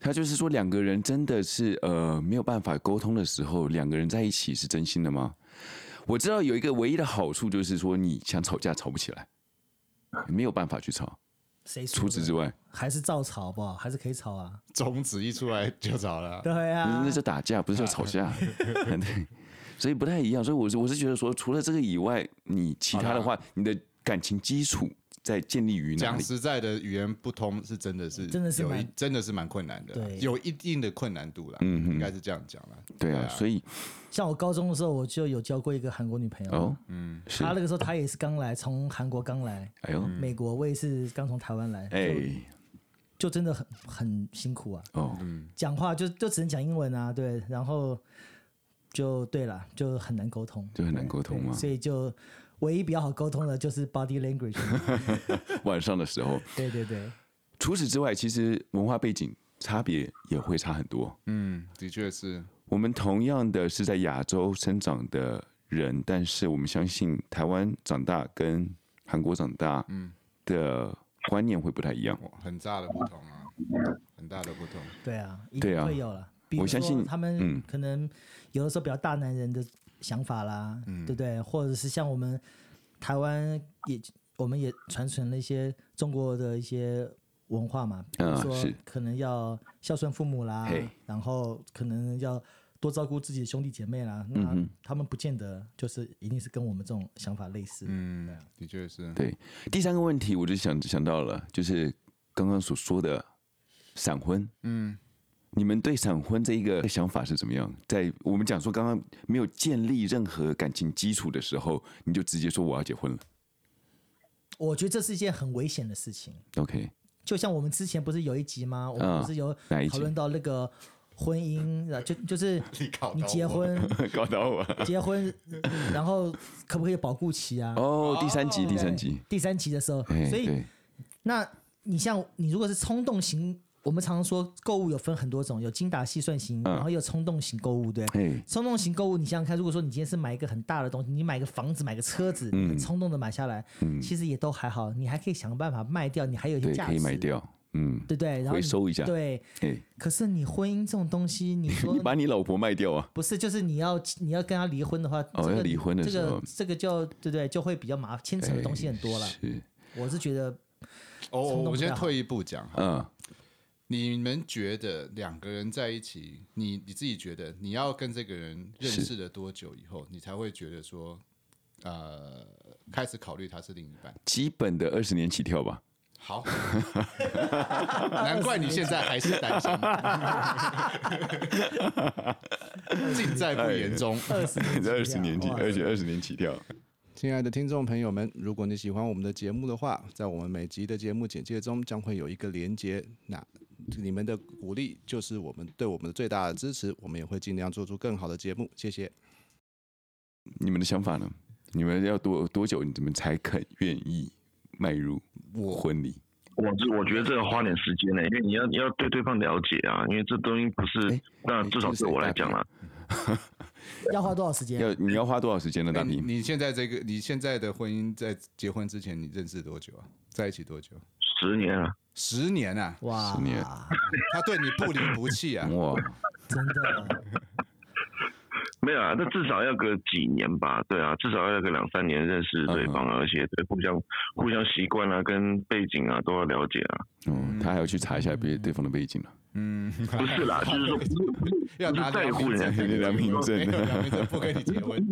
[SPEAKER 3] 他就是说两个人真的是呃没有办法沟通的时候，两个人在一起是真心的吗？我知道有一个唯一的好处就是说，你想吵架吵不起来，没有办法去吵。
[SPEAKER 4] 谁说
[SPEAKER 3] 除
[SPEAKER 4] 的
[SPEAKER 3] 此之外，
[SPEAKER 4] 还是照吵好不好？还是可以吵啊。
[SPEAKER 2] 种子一出来就找了，
[SPEAKER 4] <laughs> 对啊，
[SPEAKER 3] 那叫打架，不是叫吵架。 <laughs> 对，所以不太一样。所以我是我是觉得说，除了这个以外，你其他的话，你的感情基础在建立于哪
[SPEAKER 2] 讲
[SPEAKER 3] 里？
[SPEAKER 2] 实在的，语言不通是真的是
[SPEAKER 4] 真的是
[SPEAKER 2] 有
[SPEAKER 4] 蛮
[SPEAKER 2] 一真的是蛮困难的啦，
[SPEAKER 4] 对
[SPEAKER 2] 有一定的困难度啦，应该是这样讲啦。
[SPEAKER 3] 嗯对啊，所以
[SPEAKER 4] 像我高中的时候，我就有交过一个韩国女朋友。
[SPEAKER 3] 哦，嗯，是
[SPEAKER 4] 她，那个时候她也是刚来，从韩国刚来
[SPEAKER 3] 哎呦，
[SPEAKER 4] 美国，我也是刚从台湾来，
[SPEAKER 3] 哎，
[SPEAKER 4] 就真的很很辛苦啊。
[SPEAKER 3] 哦，
[SPEAKER 4] 讲话就就只能讲英文啊，对，然后就对了，就很难沟通，
[SPEAKER 3] 就很难沟通嘛
[SPEAKER 4] 对。所以就唯一比较好沟通的就是 body language，
[SPEAKER 3] 晚上的时候，
[SPEAKER 4] 对对对，
[SPEAKER 3] 除此之外，其实文化背景差别也会差很多。
[SPEAKER 2] 嗯，的确是，
[SPEAKER 3] 我们同样的是在亚洲生长的人，但是我们相信台湾长大跟韩国长大，嗯，的观念会不太一样。
[SPEAKER 2] 哇很大的不同啊，很大的不同。
[SPEAKER 4] 对啊，一
[SPEAKER 3] 对
[SPEAKER 4] 定
[SPEAKER 3] 啊
[SPEAKER 4] 会有了。比如
[SPEAKER 3] 我相
[SPEAKER 4] 说
[SPEAKER 3] 信
[SPEAKER 4] 他
[SPEAKER 3] 嗯
[SPEAKER 4] 们可能有的时候比较大男人的想法啦，
[SPEAKER 3] 嗯
[SPEAKER 4] 对不对？或者是像我们台湾也，我们也传承了一些中国的一些文化嘛，比如
[SPEAKER 3] 嗯
[SPEAKER 4] 说
[SPEAKER 3] 是
[SPEAKER 4] 可能要孝顺父母啦
[SPEAKER 3] 嘿，
[SPEAKER 4] 然后可能要多照顾自己的兄弟姐妹啦。
[SPEAKER 3] 嗯
[SPEAKER 4] 那他们不见得就是一定是跟我们这种想法类似。啊
[SPEAKER 2] 嗯，的确是。
[SPEAKER 3] 对，第三个问题我就想想到了，就是刚刚所说的闪婚。嗯，你们对闪婚这一个想法是怎么样？在我们讲说刚刚没有建立任何感情基础的时候，你就直接说我要结婚了。
[SPEAKER 4] 我觉得这是一件很危险的事情。
[SPEAKER 3] OK，
[SPEAKER 4] <laughs> 就像我们之前不是有一集吗？我
[SPEAKER 3] 嗯
[SPEAKER 4] 们不是有
[SPEAKER 3] 哪一集
[SPEAKER 4] 讨论到那个婚姻，啊就就是
[SPEAKER 2] 你搞
[SPEAKER 4] 你
[SPEAKER 2] 到
[SPEAKER 4] 结
[SPEAKER 2] 我
[SPEAKER 4] 婚
[SPEAKER 3] <laughs> 搞到我。
[SPEAKER 4] 结婚，嗯然后可不可以保固期啊？
[SPEAKER 3] 哦，第三集，
[SPEAKER 4] 对
[SPEAKER 3] 第
[SPEAKER 4] 不对
[SPEAKER 3] 三集。
[SPEAKER 4] 第三集的时候，
[SPEAKER 3] 哎，
[SPEAKER 4] 所以
[SPEAKER 3] 对，
[SPEAKER 4] 那你像你如果是冲动型，我们常常说购物有分很多种，有精打细算型，
[SPEAKER 3] 嗯
[SPEAKER 4] 然后也有冲动型购物，对。
[SPEAKER 3] 哎，
[SPEAKER 4] 冲动型购物，你想想看，如果说你今天是买一个很大的东西，你买个房子、买个车子，
[SPEAKER 3] 嗯
[SPEAKER 4] 你很冲动的买下来，其实也都还好，你还可以想办法卖掉，你还有一些
[SPEAKER 3] 对，
[SPEAKER 4] 价值，
[SPEAKER 3] 可以买，掉。嗯，
[SPEAKER 4] 对不对？然后
[SPEAKER 3] 回
[SPEAKER 4] 你
[SPEAKER 3] 收一下。
[SPEAKER 4] 对，
[SPEAKER 3] 哎，
[SPEAKER 4] 可是你婚姻这种东西，你
[SPEAKER 3] <laughs>
[SPEAKER 4] 说
[SPEAKER 3] 你把你老婆卖掉啊？
[SPEAKER 4] 不是，就是你要你要跟他离婚的话，
[SPEAKER 3] 哦
[SPEAKER 4] 这个
[SPEAKER 3] 要离婚的
[SPEAKER 4] 这
[SPEAKER 3] 时候
[SPEAKER 4] 个这个就对对，就会比较麻烦，牵扯的东西很多了。
[SPEAKER 3] 是，
[SPEAKER 4] 我是觉得
[SPEAKER 2] 哦，
[SPEAKER 4] 冲动
[SPEAKER 2] 我
[SPEAKER 4] 比
[SPEAKER 2] 先
[SPEAKER 4] 较好
[SPEAKER 2] 退一步讲哈，
[SPEAKER 3] 嗯，
[SPEAKER 2] 你们觉得两个人在一起，你你自己觉得你要跟这个人认
[SPEAKER 3] 是
[SPEAKER 2] 识了多久以后，你才会觉得说，呃，开始考虑他是另一半？
[SPEAKER 3] 基本的二十年起跳吧。
[SPEAKER 2] 好， <laughs> 难怪你现在还是单身，尽在不言中。
[SPEAKER 4] 二十
[SPEAKER 3] 二十年起， <laughs>
[SPEAKER 4] 哇
[SPEAKER 3] 而且二十年起跳。
[SPEAKER 2] 亲爱的听众朋友们，如果你喜欢我们的节目的话，在我们每集的节目简介中将会有一个连接。那你们的鼓励就是我们对我们的最大的支持，我们也会尽量做出更好的节目。谢谢。
[SPEAKER 3] 你们的想法呢？你们要多多久，你们才肯愿意迈入婚礼？
[SPEAKER 5] 我是我觉得这个花点时间呢、因为你要你要对对方了解啊，因为这东西不是
[SPEAKER 3] 哎，
[SPEAKER 5] 那至少对我来讲啦，
[SPEAKER 4] <laughs> 要花多少时间？
[SPEAKER 3] 要你要花多少时间呢？大
[SPEAKER 2] 你
[SPEAKER 3] 平，
[SPEAKER 2] 你现在这个你现在的婚姻，在结婚之前你认识多久啊？在一起多久？
[SPEAKER 5] 十年了，
[SPEAKER 2] 十年啊！
[SPEAKER 4] 哇
[SPEAKER 3] 十年，
[SPEAKER 2] 他对你不离不弃
[SPEAKER 3] <laughs>
[SPEAKER 2] 啊！
[SPEAKER 3] 哇，哦
[SPEAKER 4] 真的，
[SPEAKER 5] 没有啊，那至少要个几年吧，对啊，至少要个两三年认识对方
[SPEAKER 3] 嗯
[SPEAKER 5] 啊，而且对互相互相习惯啊，跟背景啊都要了解啊，
[SPEAKER 3] 嗯，他还要去查一下别对方的背景了。 <laughs>
[SPEAKER 2] 嗯，
[SPEAKER 5] 不是啦，就是说不是
[SPEAKER 2] 要拿
[SPEAKER 5] 在乎人
[SPEAKER 3] 家良民证
[SPEAKER 2] <laughs> 没有良民证不跟你结婚。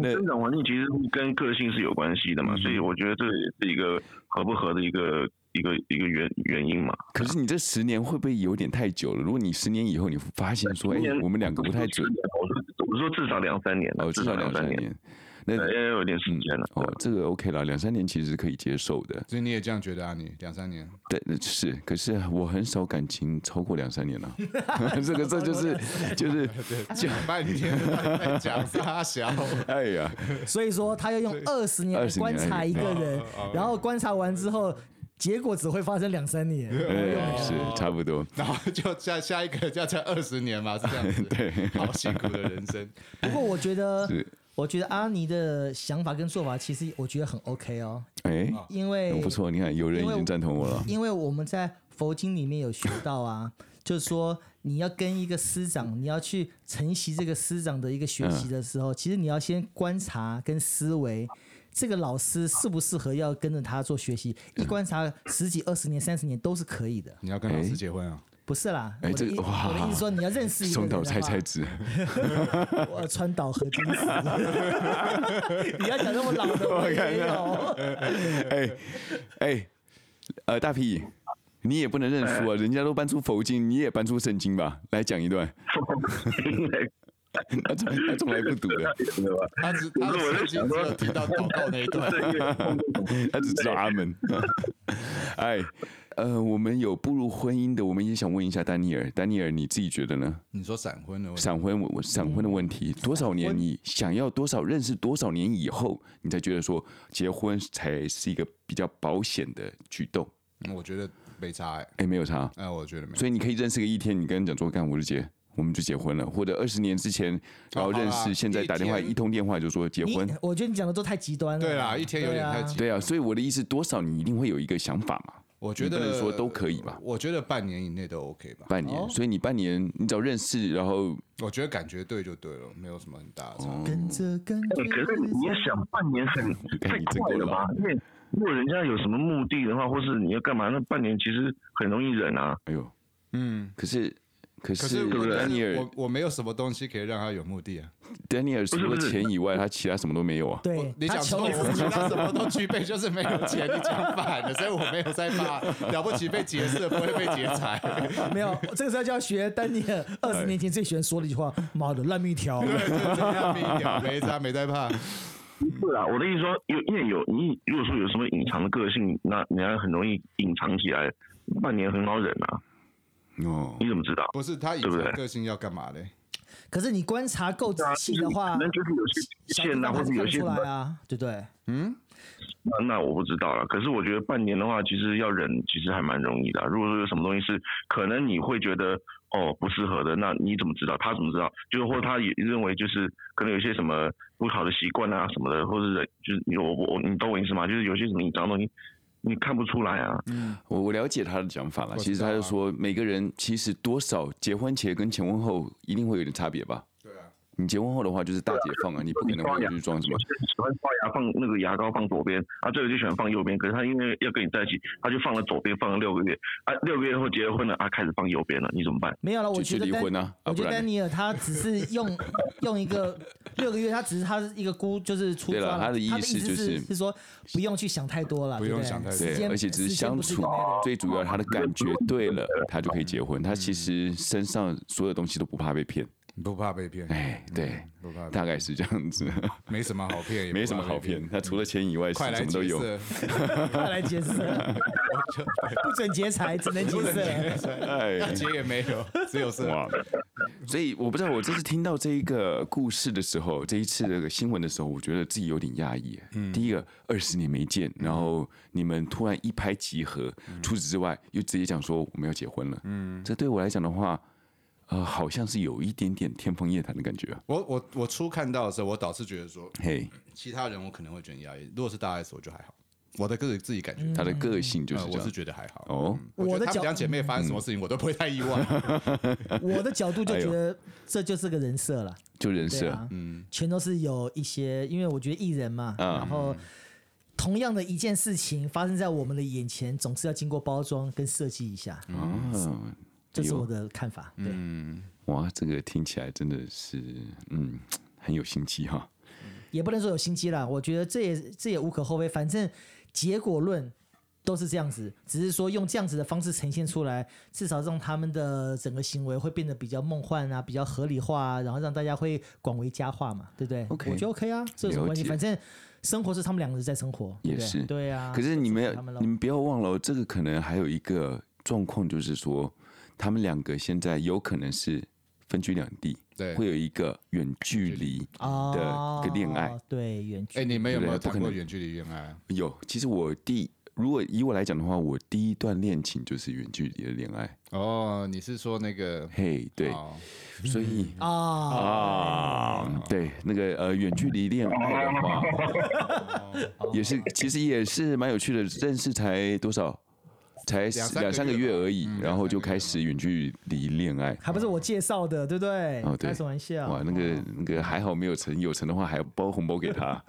[SPEAKER 3] 那嗯
[SPEAKER 5] 生长环境其实跟个性是有关系的嘛，所以我觉得这也是一个合不合的一个一个一个原原因嘛。
[SPEAKER 3] 可是你这十年会不会有点太久了？如果你十年以后你发现说，哎
[SPEAKER 5] 今，年
[SPEAKER 3] 我们两个不太准，
[SPEAKER 5] 我是我是说至少两三年了，
[SPEAKER 3] 哦，至少两
[SPEAKER 5] 两
[SPEAKER 3] 三
[SPEAKER 5] 年，
[SPEAKER 3] 年，那
[SPEAKER 5] 对要有点时间了。 <laughs>
[SPEAKER 3] 哦，这个 OK 了，两三年其实可以接受的。
[SPEAKER 2] 所以你也这样觉得啊？你两三年，
[SPEAKER 3] 对，是，可是我很少感情超过两三年了， <laughs> 这个这就是就是，
[SPEAKER 2] <laughs> 讲半天在讲大
[SPEAKER 3] <laughs>
[SPEAKER 2] 小，
[SPEAKER 3] 哎呀，
[SPEAKER 4] 所以说他要用二十年来
[SPEAKER 3] 20年
[SPEAKER 4] 观察一个人，然后观察完之后，结果只会发生两三年。
[SPEAKER 3] <laughs> 哎，是差不多。
[SPEAKER 2] 然后就下下一个要才二十年嘛，是这
[SPEAKER 3] <laughs>
[SPEAKER 2] 样子。对，好辛苦的人生。
[SPEAKER 4] 不过我觉得
[SPEAKER 3] 是，
[SPEAKER 4] 我觉得阿尼的想法跟做法，其实我觉得很 OK 哦，
[SPEAKER 3] 哎，
[SPEAKER 4] 因为
[SPEAKER 3] 很不错，你看有人已经赞同我了。
[SPEAKER 4] 因为我们在佛经里面有学到啊， <clears throat> 就是说你要跟一个师长，你要去承袭这个师长的一个学习的时候，其实你要先观察跟思维。这个老师适不适合要跟着他做学习？一观察十几、二十年、三十年都是可以的，
[SPEAKER 2] 你要跟老师结婚啊？
[SPEAKER 4] 不是啦。
[SPEAKER 3] 哎
[SPEAKER 4] 我的
[SPEAKER 3] 这
[SPEAKER 4] 意
[SPEAKER 3] 个哇
[SPEAKER 4] 我的意思说，你要认识一个
[SPEAKER 3] 松 <laughs>
[SPEAKER 4] 人
[SPEAKER 3] 岛
[SPEAKER 4] 的
[SPEAKER 3] 菜
[SPEAKER 4] 话
[SPEAKER 3] 菜，
[SPEAKER 4] <laughs>
[SPEAKER 3] 子，
[SPEAKER 4] 我川岛和金子， <laughs> 你要讲那么老的，我没有。
[SPEAKER 3] <laughs> 哎哎，呃，大屁，你也不能认输啊，人家都搬出佛经，你也搬出圣经吧，来讲一段， <laughs> 他从他从来不读的， <laughs>
[SPEAKER 2] <laughs>
[SPEAKER 3] 哎
[SPEAKER 2] 他只他
[SPEAKER 5] 我在
[SPEAKER 2] 只
[SPEAKER 5] 想
[SPEAKER 2] 只
[SPEAKER 5] 说
[SPEAKER 2] 有听到祷告那一
[SPEAKER 3] <laughs>
[SPEAKER 2] 段。
[SPEAKER 3] 他只知道阿门。 <laughs> 哎，呃，我们有步入婚姻的，我们也想问一下丹尼尔，丹尼尔你自己觉得呢？
[SPEAKER 2] 你说闪婚了？
[SPEAKER 3] 闪婚，我闪婚的问题，多少年你想要多少认识多少年以后，你才觉得说结婚才是一个比较保险的举动？
[SPEAKER 2] 我觉得没差哎，
[SPEAKER 3] 哎，没有差，
[SPEAKER 2] 哎，我觉得没差。
[SPEAKER 3] 所以你可以认识个一天，你跟人讲说干我就结，我们就结婚了，或者二十年之前然后认
[SPEAKER 2] 哦好
[SPEAKER 3] 识，
[SPEAKER 2] 啦
[SPEAKER 3] 现在打电话
[SPEAKER 2] 一天
[SPEAKER 3] 一通电话就说结
[SPEAKER 4] 你
[SPEAKER 3] 婚。 <laughs>
[SPEAKER 4] 我觉得你讲的都太极端了。
[SPEAKER 2] 对啦，一天有点太
[SPEAKER 4] 对啊
[SPEAKER 2] 急。
[SPEAKER 3] 对啊，所以我的意思，多少你一定会有一个想法嘛，
[SPEAKER 2] 我觉
[SPEAKER 3] 你不
[SPEAKER 2] 得
[SPEAKER 3] 能说都可以吧
[SPEAKER 2] 我觉得半年以内都 OK 吧。
[SPEAKER 3] 半年，所以你半年你只要认识，然后
[SPEAKER 2] 我觉得感觉对就对了，没有什么很大的差。
[SPEAKER 3] 哦
[SPEAKER 4] 跟着跟着
[SPEAKER 5] 哎，可是你要想半年很
[SPEAKER 3] 看
[SPEAKER 5] 太
[SPEAKER 3] 哎你真
[SPEAKER 5] 快
[SPEAKER 3] 够
[SPEAKER 5] 了吧？因为如果人家有什么目的的话，或是你要干嘛，那半年其实很容易忍啊。
[SPEAKER 3] 哎呦，
[SPEAKER 2] 嗯，
[SPEAKER 3] 可是可
[SPEAKER 2] 可是
[SPEAKER 3] 是
[SPEAKER 2] 我
[SPEAKER 3] 丹尼尔
[SPEAKER 2] 我我没有什么东西可以让他有目的啊。
[SPEAKER 3] 丹尼尔除
[SPEAKER 5] 不
[SPEAKER 3] 了
[SPEAKER 5] 是不是
[SPEAKER 3] 钱以外，他其他什么都
[SPEAKER 2] <laughs>
[SPEAKER 3] 没有啊。
[SPEAKER 4] 对，
[SPEAKER 2] 你
[SPEAKER 4] 他
[SPEAKER 2] 想说
[SPEAKER 4] 求
[SPEAKER 2] 我
[SPEAKER 4] 你自己
[SPEAKER 2] 其他什么都具备，就是没有钱，你讲反了，所以我没有在骂。了不起被劫色，不会被劫财。 <laughs>
[SPEAKER 4] 没有， <laughs> 这个时候就要学丹尼尔二十年前最喜欢说的一句话：“妈的，烂命一条。
[SPEAKER 2] 对，啊就是这样逼掉，没差，没在怕。
[SPEAKER 5] 对啊，我的意思说，有因为有你如果说有什么隐藏的个性，那人家很容易隐藏起来，半年很好忍啊。
[SPEAKER 3] 哦，
[SPEAKER 5] 你怎么知道？
[SPEAKER 2] 不是他以
[SPEAKER 5] 对不
[SPEAKER 2] 前
[SPEAKER 5] 对
[SPEAKER 2] 个性要干嘛嘞？”
[SPEAKER 4] 可是你观察够仔细的话
[SPEAKER 5] 可，能就是有些底
[SPEAKER 4] 小
[SPEAKER 5] 线
[SPEAKER 4] 地方
[SPEAKER 5] 啊，或
[SPEAKER 4] 还是
[SPEAKER 5] 者有
[SPEAKER 4] 看
[SPEAKER 5] 些
[SPEAKER 4] 出来啊，对不对？
[SPEAKER 5] 那那我不知道了。可是我觉得半年的话，其实要忍，其实还蛮容易的啊、如果说有什么东西是可能你会觉得哦不适合的，那你怎么知道？他怎么知道？就是或他也认为就是可能有些什么不好的习惯啊什么的，或者是就是你我我你懂我意思吗？就是有些什么隐藏的东西，你看不出来啊。
[SPEAKER 3] 我我了解他的讲法了。
[SPEAKER 2] 我
[SPEAKER 3] 其实
[SPEAKER 2] 知道
[SPEAKER 3] 他就
[SPEAKER 2] 啊
[SPEAKER 3] 说，每个人其实多少结婚前跟结婚后一定会有点差别吧。
[SPEAKER 2] 对啊，
[SPEAKER 3] 你结婚后的话就是大解放啊，你不可能会去装什么
[SPEAKER 5] 有。些人喜欢刷牙放那个牙膏放左边，啊，这个就喜欢放右边。可是他因为要跟你在一起，他就放了左边，放了六个月，啊，六个月后结了婚了，啊，开始放右边了，你怎么办？
[SPEAKER 4] 没有了，我
[SPEAKER 3] 就
[SPEAKER 4] 觉
[SPEAKER 3] 去
[SPEAKER 4] 得
[SPEAKER 3] 离
[SPEAKER 4] 丹
[SPEAKER 3] 婚啊，啊
[SPEAKER 4] 我觉
[SPEAKER 3] 不
[SPEAKER 4] 得
[SPEAKER 3] 然
[SPEAKER 4] 丹
[SPEAKER 3] 呢
[SPEAKER 4] 尼尔他只是
[SPEAKER 3] <laughs>
[SPEAKER 4] 用用一个六个月，他只是他是一个估，就是出
[SPEAKER 3] 对了
[SPEAKER 4] 抓
[SPEAKER 3] 他的意
[SPEAKER 4] 意
[SPEAKER 3] 思就是
[SPEAKER 4] 是是说不用去想太多了，
[SPEAKER 2] 不
[SPEAKER 4] 对
[SPEAKER 2] 用
[SPEAKER 4] 对
[SPEAKER 2] 想太多
[SPEAKER 4] 时
[SPEAKER 3] 对，
[SPEAKER 4] 间
[SPEAKER 3] 而且只是
[SPEAKER 4] 时间
[SPEAKER 3] 相
[SPEAKER 4] 不是一
[SPEAKER 3] 处
[SPEAKER 4] 个 matter，
[SPEAKER 3] 最主要他的感觉对了，他就可以结婚。他其实身上所有东西都不怕被骗，
[SPEAKER 6] 你不怕被骗？
[SPEAKER 3] 哎，对，
[SPEAKER 2] 嗯
[SPEAKER 6] 不怕被
[SPEAKER 3] 大概是这样子， <laughs>
[SPEAKER 6] 没什么好骗，也不
[SPEAKER 3] 没什么
[SPEAKER 6] 怕被
[SPEAKER 3] 好骗。。那除了钱以
[SPEAKER 2] 嗯
[SPEAKER 3] 外，
[SPEAKER 6] 快
[SPEAKER 3] 什
[SPEAKER 6] 来
[SPEAKER 3] 么都
[SPEAKER 6] 劫
[SPEAKER 3] 有。 <laughs>
[SPEAKER 6] 色！
[SPEAKER 4] 快来劫色，不准
[SPEAKER 3] <laughs>
[SPEAKER 4] 劫财，只能劫
[SPEAKER 2] 啊
[SPEAKER 4] 色。
[SPEAKER 2] <laughs>
[SPEAKER 3] 哎，
[SPEAKER 6] 劫也没有，只有色。
[SPEAKER 3] 哇！所以我不知道，我这次听到这一个故事的时候，这一次这个新闻的时候，我觉得自己有点压抑。
[SPEAKER 6] 嗯
[SPEAKER 3] 第一个，二十年没见，然后你们突然一拍即合，
[SPEAKER 6] 嗯
[SPEAKER 3] 除此之外又直接讲说我们要结婚了。嗯，这对我来讲的话，呃，好像是有一点点天方夜谭的感觉。啊
[SPEAKER 2] 我我我初看到的时候，我倒是觉得说，
[SPEAKER 6] 嗯
[SPEAKER 3] 嘿，
[SPEAKER 2] 其他人我可能会觉得压抑，如果是大 S，我就还好，我的个自己感觉，
[SPEAKER 3] 他的个性就是
[SPEAKER 2] 呃
[SPEAKER 3] 这
[SPEAKER 2] 我是
[SPEAKER 3] 样。
[SPEAKER 2] 觉得还好。
[SPEAKER 3] 哦，
[SPEAKER 6] 嗯
[SPEAKER 3] 嗯
[SPEAKER 4] 我
[SPEAKER 2] 觉
[SPEAKER 4] 的
[SPEAKER 2] 得她
[SPEAKER 4] 角
[SPEAKER 2] 们两姐妹发生什么事情，我都不会太意
[SPEAKER 3] <laughs>
[SPEAKER 2] 外。
[SPEAKER 4] 我的角度
[SPEAKER 3] 哎
[SPEAKER 4] 就觉得这就是个人设了，
[SPEAKER 3] 就人
[SPEAKER 4] 对
[SPEAKER 3] 设，
[SPEAKER 4] 啊，嗯，全都是有一些，因为我觉得艺人嘛，
[SPEAKER 3] 嗯
[SPEAKER 4] 然后同样的一件事情发生在我们的眼前，总是要经过包装跟设计一下，
[SPEAKER 3] 哦，
[SPEAKER 4] 这是我的看法。对，
[SPEAKER 3] 嗯哇，这个听起来真的是，嗯，很有心机哈。
[SPEAKER 4] 也不能说有心机啦，我觉得这也这也无可厚非，反正结果论都是这样子，只是说用这样子的方式呈现出来，至少让他们的整个行为会变得比较梦幻啊，比较合理化啊，然后让大家会广为佳话嘛，对不对
[SPEAKER 3] OK
[SPEAKER 4] 我觉得 OK 啊，这有什么关系？
[SPEAKER 3] 了解
[SPEAKER 4] 反正生活是他们两个人在生活，对不对
[SPEAKER 3] 也是
[SPEAKER 4] 对啊。
[SPEAKER 3] 可是你们
[SPEAKER 4] 他们
[SPEAKER 3] 要，
[SPEAKER 4] 咯
[SPEAKER 3] 你们不要忘了哦，这个可能还有一个状况，就是说，他们两个现在有可能是分居两地，
[SPEAKER 2] 对
[SPEAKER 3] 会有一个远距离。
[SPEAKER 4] 哦
[SPEAKER 3] 的个恋爱，
[SPEAKER 4] 对远距
[SPEAKER 6] 哎，你们有没有
[SPEAKER 3] 对不可
[SPEAKER 6] 谈过
[SPEAKER 3] 能
[SPEAKER 6] 远距离恋爱？
[SPEAKER 3] 有，其实我第如果以我来讲的话，我第一段恋情就是远距离的恋爱。
[SPEAKER 6] 哦，你是说那个？
[SPEAKER 3] 嘿、 <laughs> 对，
[SPEAKER 6] 哦
[SPEAKER 3] 所以。
[SPEAKER 4] 啊，
[SPEAKER 3] 啊，对，那个呃，远距离恋爱的
[SPEAKER 6] <laughs>
[SPEAKER 3] 话，也是其实也是蛮有趣的，认识才多少，才
[SPEAKER 6] 三个
[SPEAKER 3] 两三个
[SPEAKER 6] 月
[SPEAKER 3] 月
[SPEAKER 6] 吧
[SPEAKER 3] 而已，
[SPEAKER 6] 嗯
[SPEAKER 3] 然后
[SPEAKER 6] 两
[SPEAKER 3] 就
[SPEAKER 6] 三个月
[SPEAKER 3] 开始远距离恋爱。
[SPEAKER 4] 还不是我介绍的，对不对？
[SPEAKER 3] 哦对
[SPEAKER 4] 开什么玩
[SPEAKER 6] 啊
[SPEAKER 4] 笑？
[SPEAKER 3] 哇，那个
[SPEAKER 6] 嗯
[SPEAKER 3] 那个还好没有成，有成的话还要包红包
[SPEAKER 6] <laughs>
[SPEAKER 3] 给他，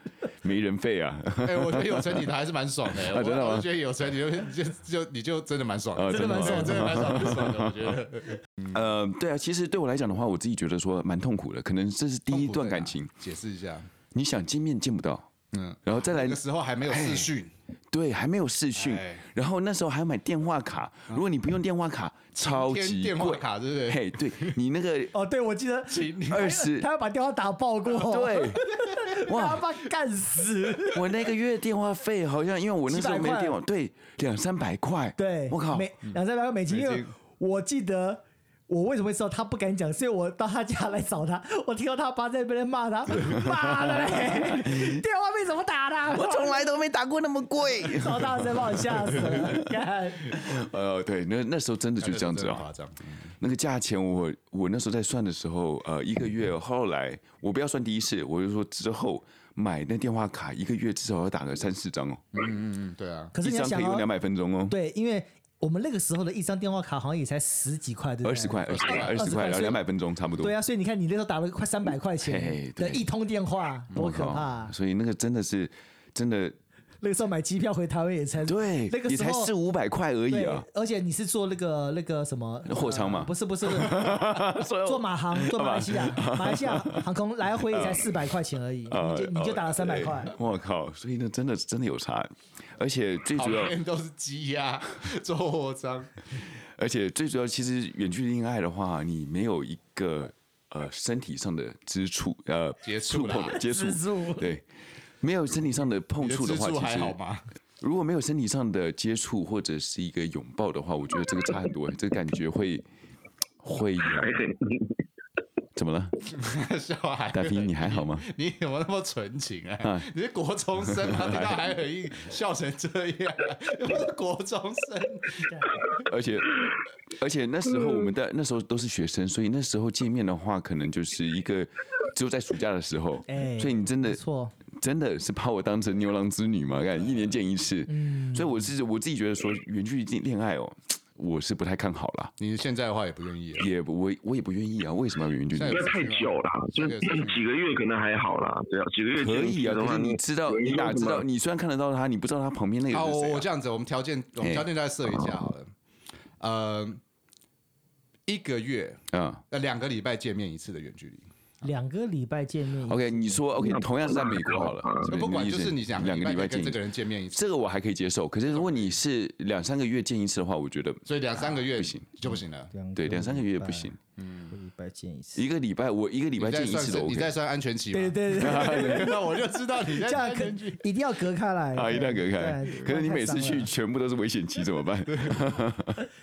[SPEAKER 3] 没人费啊！
[SPEAKER 6] 哎，我觉得有成你的还是蛮爽
[SPEAKER 3] <laughs>
[SPEAKER 6] 的。我
[SPEAKER 3] 真的吗
[SPEAKER 6] 我觉得有成你就就就你就真的蛮爽
[SPEAKER 3] 啊
[SPEAKER 6] 的，
[SPEAKER 3] 真的蛮
[SPEAKER 6] 对真的蛮爽的，爽的，我觉得。嗯
[SPEAKER 3] 呃，对啊，其实对我来讲的话，我自己觉得说蛮痛苦的，可能这是 <laughs> 第
[SPEAKER 6] 痛
[SPEAKER 3] 一
[SPEAKER 6] 苦
[SPEAKER 3] 段
[SPEAKER 6] 在哪
[SPEAKER 3] 感情，
[SPEAKER 6] 解释一
[SPEAKER 3] <laughs>
[SPEAKER 6] 下，
[SPEAKER 3] 你想见面见不到，嗯
[SPEAKER 6] 嗯，
[SPEAKER 3] 然后再
[SPEAKER 6] <laughs>
[SPEAKER 3] 来
[SPEAKER 6] 那个时候还没有视讯，
[SPEAKER 3] 对还没有视哎讯
[SPEAKER 6] 哎，
[SPEAKER 3] 然后那时候还要买电话卡，如果你不用电话卡，超
[SPEAKER 6] 啊天
[SPEAKER 3] 级
[SPEAKER 6] 电话
[SPEAKER 3] 贵，
[SPEAKER 6] 卡对不对？
[SPEAKER 3] 嘿，对你那个
[SPEAKER 4] 哦，对，我记得 <laughs>
[SPEAKER 3] 二十
[SPEAKER 4] 他，要把电话打爆过，
[SPEAKER 3] <laughs>
[SPEAKER 4] <laughs>
[SPEAKER 3] 对，
[SPEAKER 4] 他
[SPEAKER 3] 哇，
[SPEAKER 4] 把他干死。
[SPEAKER 3] <laughs> 我那个月电话费好像因为我那时候
[SPEAKER 4] 几百
[SPEAKER 3] 没
[SPEAKER 4] 块
[SPEAKER 3] 电话，对，两三百块，
[SPEAKER 4] 对，
[SPEAKER 3] 我靠，
[SPEAKER 4] 美两三百块美
[SPEAKER 6] 嗯
[SPEAKER 4] 金，
[SPEAKER 6] 美
[SPEAKER 4] 因
[SPEAKER 6] 金
[SPEAKER 4] 为我记得。我为什么会知道他不敢讲？是因为我到他家来找他， <laughs> 我听到他爸在那边骂他，妈的
[SPEAKER 3] <laughs>
[SPEAKER 4] 嘞，电话费怎么打的？我从来都没打过那么 <laughs> 贵，超大声，把我吓死
[SPEAKER 3] <laughs>
[SPEAKER 4] 了。干
[SPEAKER 3] 呃，对，那那时候真的就这样子
[SPEAKER 6] <laughs> 真的
[SPEAKER 3] 啊，
[SPEAKER 6] 夸张。
[SPEAKER 3] 那个价钱我，我那时候在算的时候，呃，一个月
[SPEAKER 6] 嗯
[SPEAKER 3] 后来我不要算第一次，我就说之后买那电话卡一个月至少要打个三四张哦，
[SPEAKER 6] 嗯，对
[SPEAKER 3] <laughs>
[SPEAKER 6] 啊，
[SPEAKER 4] 可是
[SPEAKER 3] 一
[SPEAKER 4] 你要
[SPEAKER 3] 张可
[SPEAKER 4] 想
[SPEAKER 3] 以用两
[SPEAKER 4] 哦，
[SPEAKER 3] 百分钟哦，
[SPEAKER 4] 对，因为我们那个时候的一张电话卡好像也才十几块，对不对？
[SPEAKER 3] 二十块，二十块，
[SPEAKER 6] 20
[SPEAKER 3] 二十块，
[SPEAKER 4] 块
[SPEAKER 3] 然后
[SPEAKER 4] 所以
[SPEAKER 3] 两百分钟差不多。
[SPEAKER 4] 对啊，所以你看你那时候打了快三百块
[SPEAKER 3] 嘿
[SPEAKER 4] 钱
[SPEAKER 3] 对嗯
[SPEAKER 4] 的一通电话，多
[SPEAKER 3] 我
[SPEAKER 4] 可
[SPEAKER 3] 靠
[SPEAKER 4] 怕啊！
[SPEAKER 3] 所以那个真的是真的
[SPEAKER 4] 那个时候买机票回台湾也 <laughs> 才
[SPEAKER 3] 对，
[SPEAKER 4] 那个
[SPEAKER 3] 也
[SPEAKER 4] 时
[SPEAKER 3] 才
[SPEAKER 4] 候
[SPEAKER 3] 四五百块而已
[SPEAKER 4] 对，
[SPEAKER 3] 啊，
[SPEAKER 4] 而且你是做那个那个什么
[SPEAKER 3] 货仓嘛
[SPEAKER 4] 呃不是不是，不
[SPEAKER 3] <laughs>
[SPEAKER 4] 是做马航，做马来西亚，
[SPEAKER 3] 啊
[SPEAKER 4] 马来西亚航空来回也才四百块钱
[SPEAKER 3] <laughs>
[SPEAKER 4] 而已，
[SPEAKER 3] 呃
[SPEAKER 4] 你就你就打了三百块
[SPEAKER 3] 对。我靠！所以那真的真的有差，而且最
[SPEAKER 6] 旁
[SPEAKER 3] 主要
[SPEAKER 6] 边都是鸡呀， <laughs> 做货商，
[SPEAKER 3] <laughs> 而且最主要，其实远距离恋爱的话，你没有一个呃身体上的接触，呃
[SPEAKER 6] 接触
[SPEAKER 3] 触碰的接触
[SPEAKER 4] 吃，住
[SPEAKER 3] 对，没有身体上的碰
[SPEAKER 6] 你的
[SPEAKER 3] 触的
[SPEAKER 6] 支
[SPEAKER 3] 话，
[SPEAKER 6] 柱
[SPEAKER 3] 其
[SPEAKER 6] 还
[SPEAKER 3] 实
[SPEAKER 6] 好吗？ <laughs>
[SPEAKER 3] 如果没有身体上的接触或者是一个拥抱的话，我觉得这个差很多，这个感觉会会有
[SPEAKER 6] 哎
[SPEAKER 3] 怎么了？
[SPEAKER 6] 笑还
[SPEAKER 3] 大 P，你还好吗？
[SPEAKER 6] 你怎么那么纯情
[SPEAKER 3] 嗯
[SPEAKER 6] 啊？你是国中生
[SPEAKER 2] 啊
[SPEAKER 6] 吗？听到还很
[SPEAKER 3] <laughs>
[SPEAKER 6] 硬，笑成这样，又不是国中
[SPEAKER 2] <laughs>
[SPEAKER 6] 生。
[SPEAKER 3] 而且而且那时候我们的那时候都是学生，所以那时候见面的话，可能就是一个只有在暑假的时候，
[SPEAKER 4] 哎
[SPEAKER 3] 所以你真的
[SPEAKER 4] 没错，
[SPEAKER 3] 真的是把我当成牛郎织女嘛？看一年见一次，所以我是我自己觉得说远距离恋爱哦，我是不太看好啦，
[SPEAKER 6] 你现在的话也不愿意，
[SPEAKER 3] 也不我我也不愿意啊，为什么要远距离
[SPEAKER 6] 现
[SPEAKER 3] 恋
[SPEAKER 6] 在
[SPEAKER 5] 因
[SPEAKER 3] 爱
[SPEAKER 5] 为？太久了，就
[SPEAKER 6] 这个是
[SPEAKER 5] 几个月可能还好啦，对啊，几个月
[SPEAKER 3] 可以啊，
[SPEAKER 5] 的
[SPEAKER 3] 可
[SPEAKER 5] 话
[SPEAKER 3] 是你知道，你哪知道？？你虽然看得到他，你不知道他旁边那个
[SPEAKER 2] 哦
[SPEAKER 6] 好，
[SPEAKER 3] 人是
[SPEAKER 6] 我
[SPEAKER 3] 谁、
[SPEAKER 6] 我
[SPEAKER 3] 啊。
[SPEAKER 6] 这样子，我们条件我们条件再设一下好了。呃，一个月
[SPEAKER 3] 嗯，
[SPEAKER 6] 呃两个礼拜见面一次的远距离，
[SPEAKER 4] 两个礼拜见面一次
[SPEAKER 3] OK，你说 OK，同样是在美国好了，
[SPEAKER 5] 嗯
[SPEAKER 3] 对
[SPEAKER 2] 不管
[SPEAKER 3] 你
[SPEAKER 2] 就是你想
[SPEAKER 3] 两个礼拜
[SPEAKER 2] 跟
[SPEAKER 3] 见一
[SPEAKER 2] 这个
[SPEAKER 3] 次，
[SPEAKER 2] 人见面一次，
[SPEAKER 3] 这个我还可以接受。可是如果你是两三个月见一次的话，我觉得
[SPEAKER 2] 所以两三个月
[SPEAKER 3] 啊不行，
[SPEAKER 2] 就不行了。
[SPEAKER 4] 两
[SPEAKER 3] 对两三个月不行，，
[SPEAKER 4] 两个礼拜见一次。
[SPEAKER 3] 一个礼拜我一个礼
[SPEAKER 2] 你
[SPEAKER 3] 拜
[SPEAKER 2] 在
[SPEAKER 3] 见一
[SPEAKER 2] 算
[SPEAKER 3] 次
[SPEAKER 2] 是
[SPEAKER 3] 都
[SPEAKER 2] 你在
[SPEAKER 3] OK
[SPEAKER 2] 算安全期
[SPEAKER 4] 对
[SPEAKER 2] 吗？
[SPEAKER 4] 对
[SPEAKER 3] <laughs>
[SPEAKER 4] 对对，
[SPEAKER 2] <laughs> 那我就知道你在
[SPEAKER 4] 这样
[SPEAKER 2] 安
[SPEAKER 4] 可
[SPEAKER 2] 全期。
[SPEAKER 4] 一定要隔开
[SPEAKER 2] <laughs>
[SPEAKER 4] 来
[SPEAKER 3] 啊，一定要隔开
[SPEAKER 4] 对。
[SPEAKER 3] 可是你
[SPEAKER 4] 不然太
[SPEAKER 3] 每次
[SPEAKER 4] 伤
[SPEAKER 3] 去
[SPEAKER 4] 了
[SPEAKER 3] 全部都是危险期，怎么办？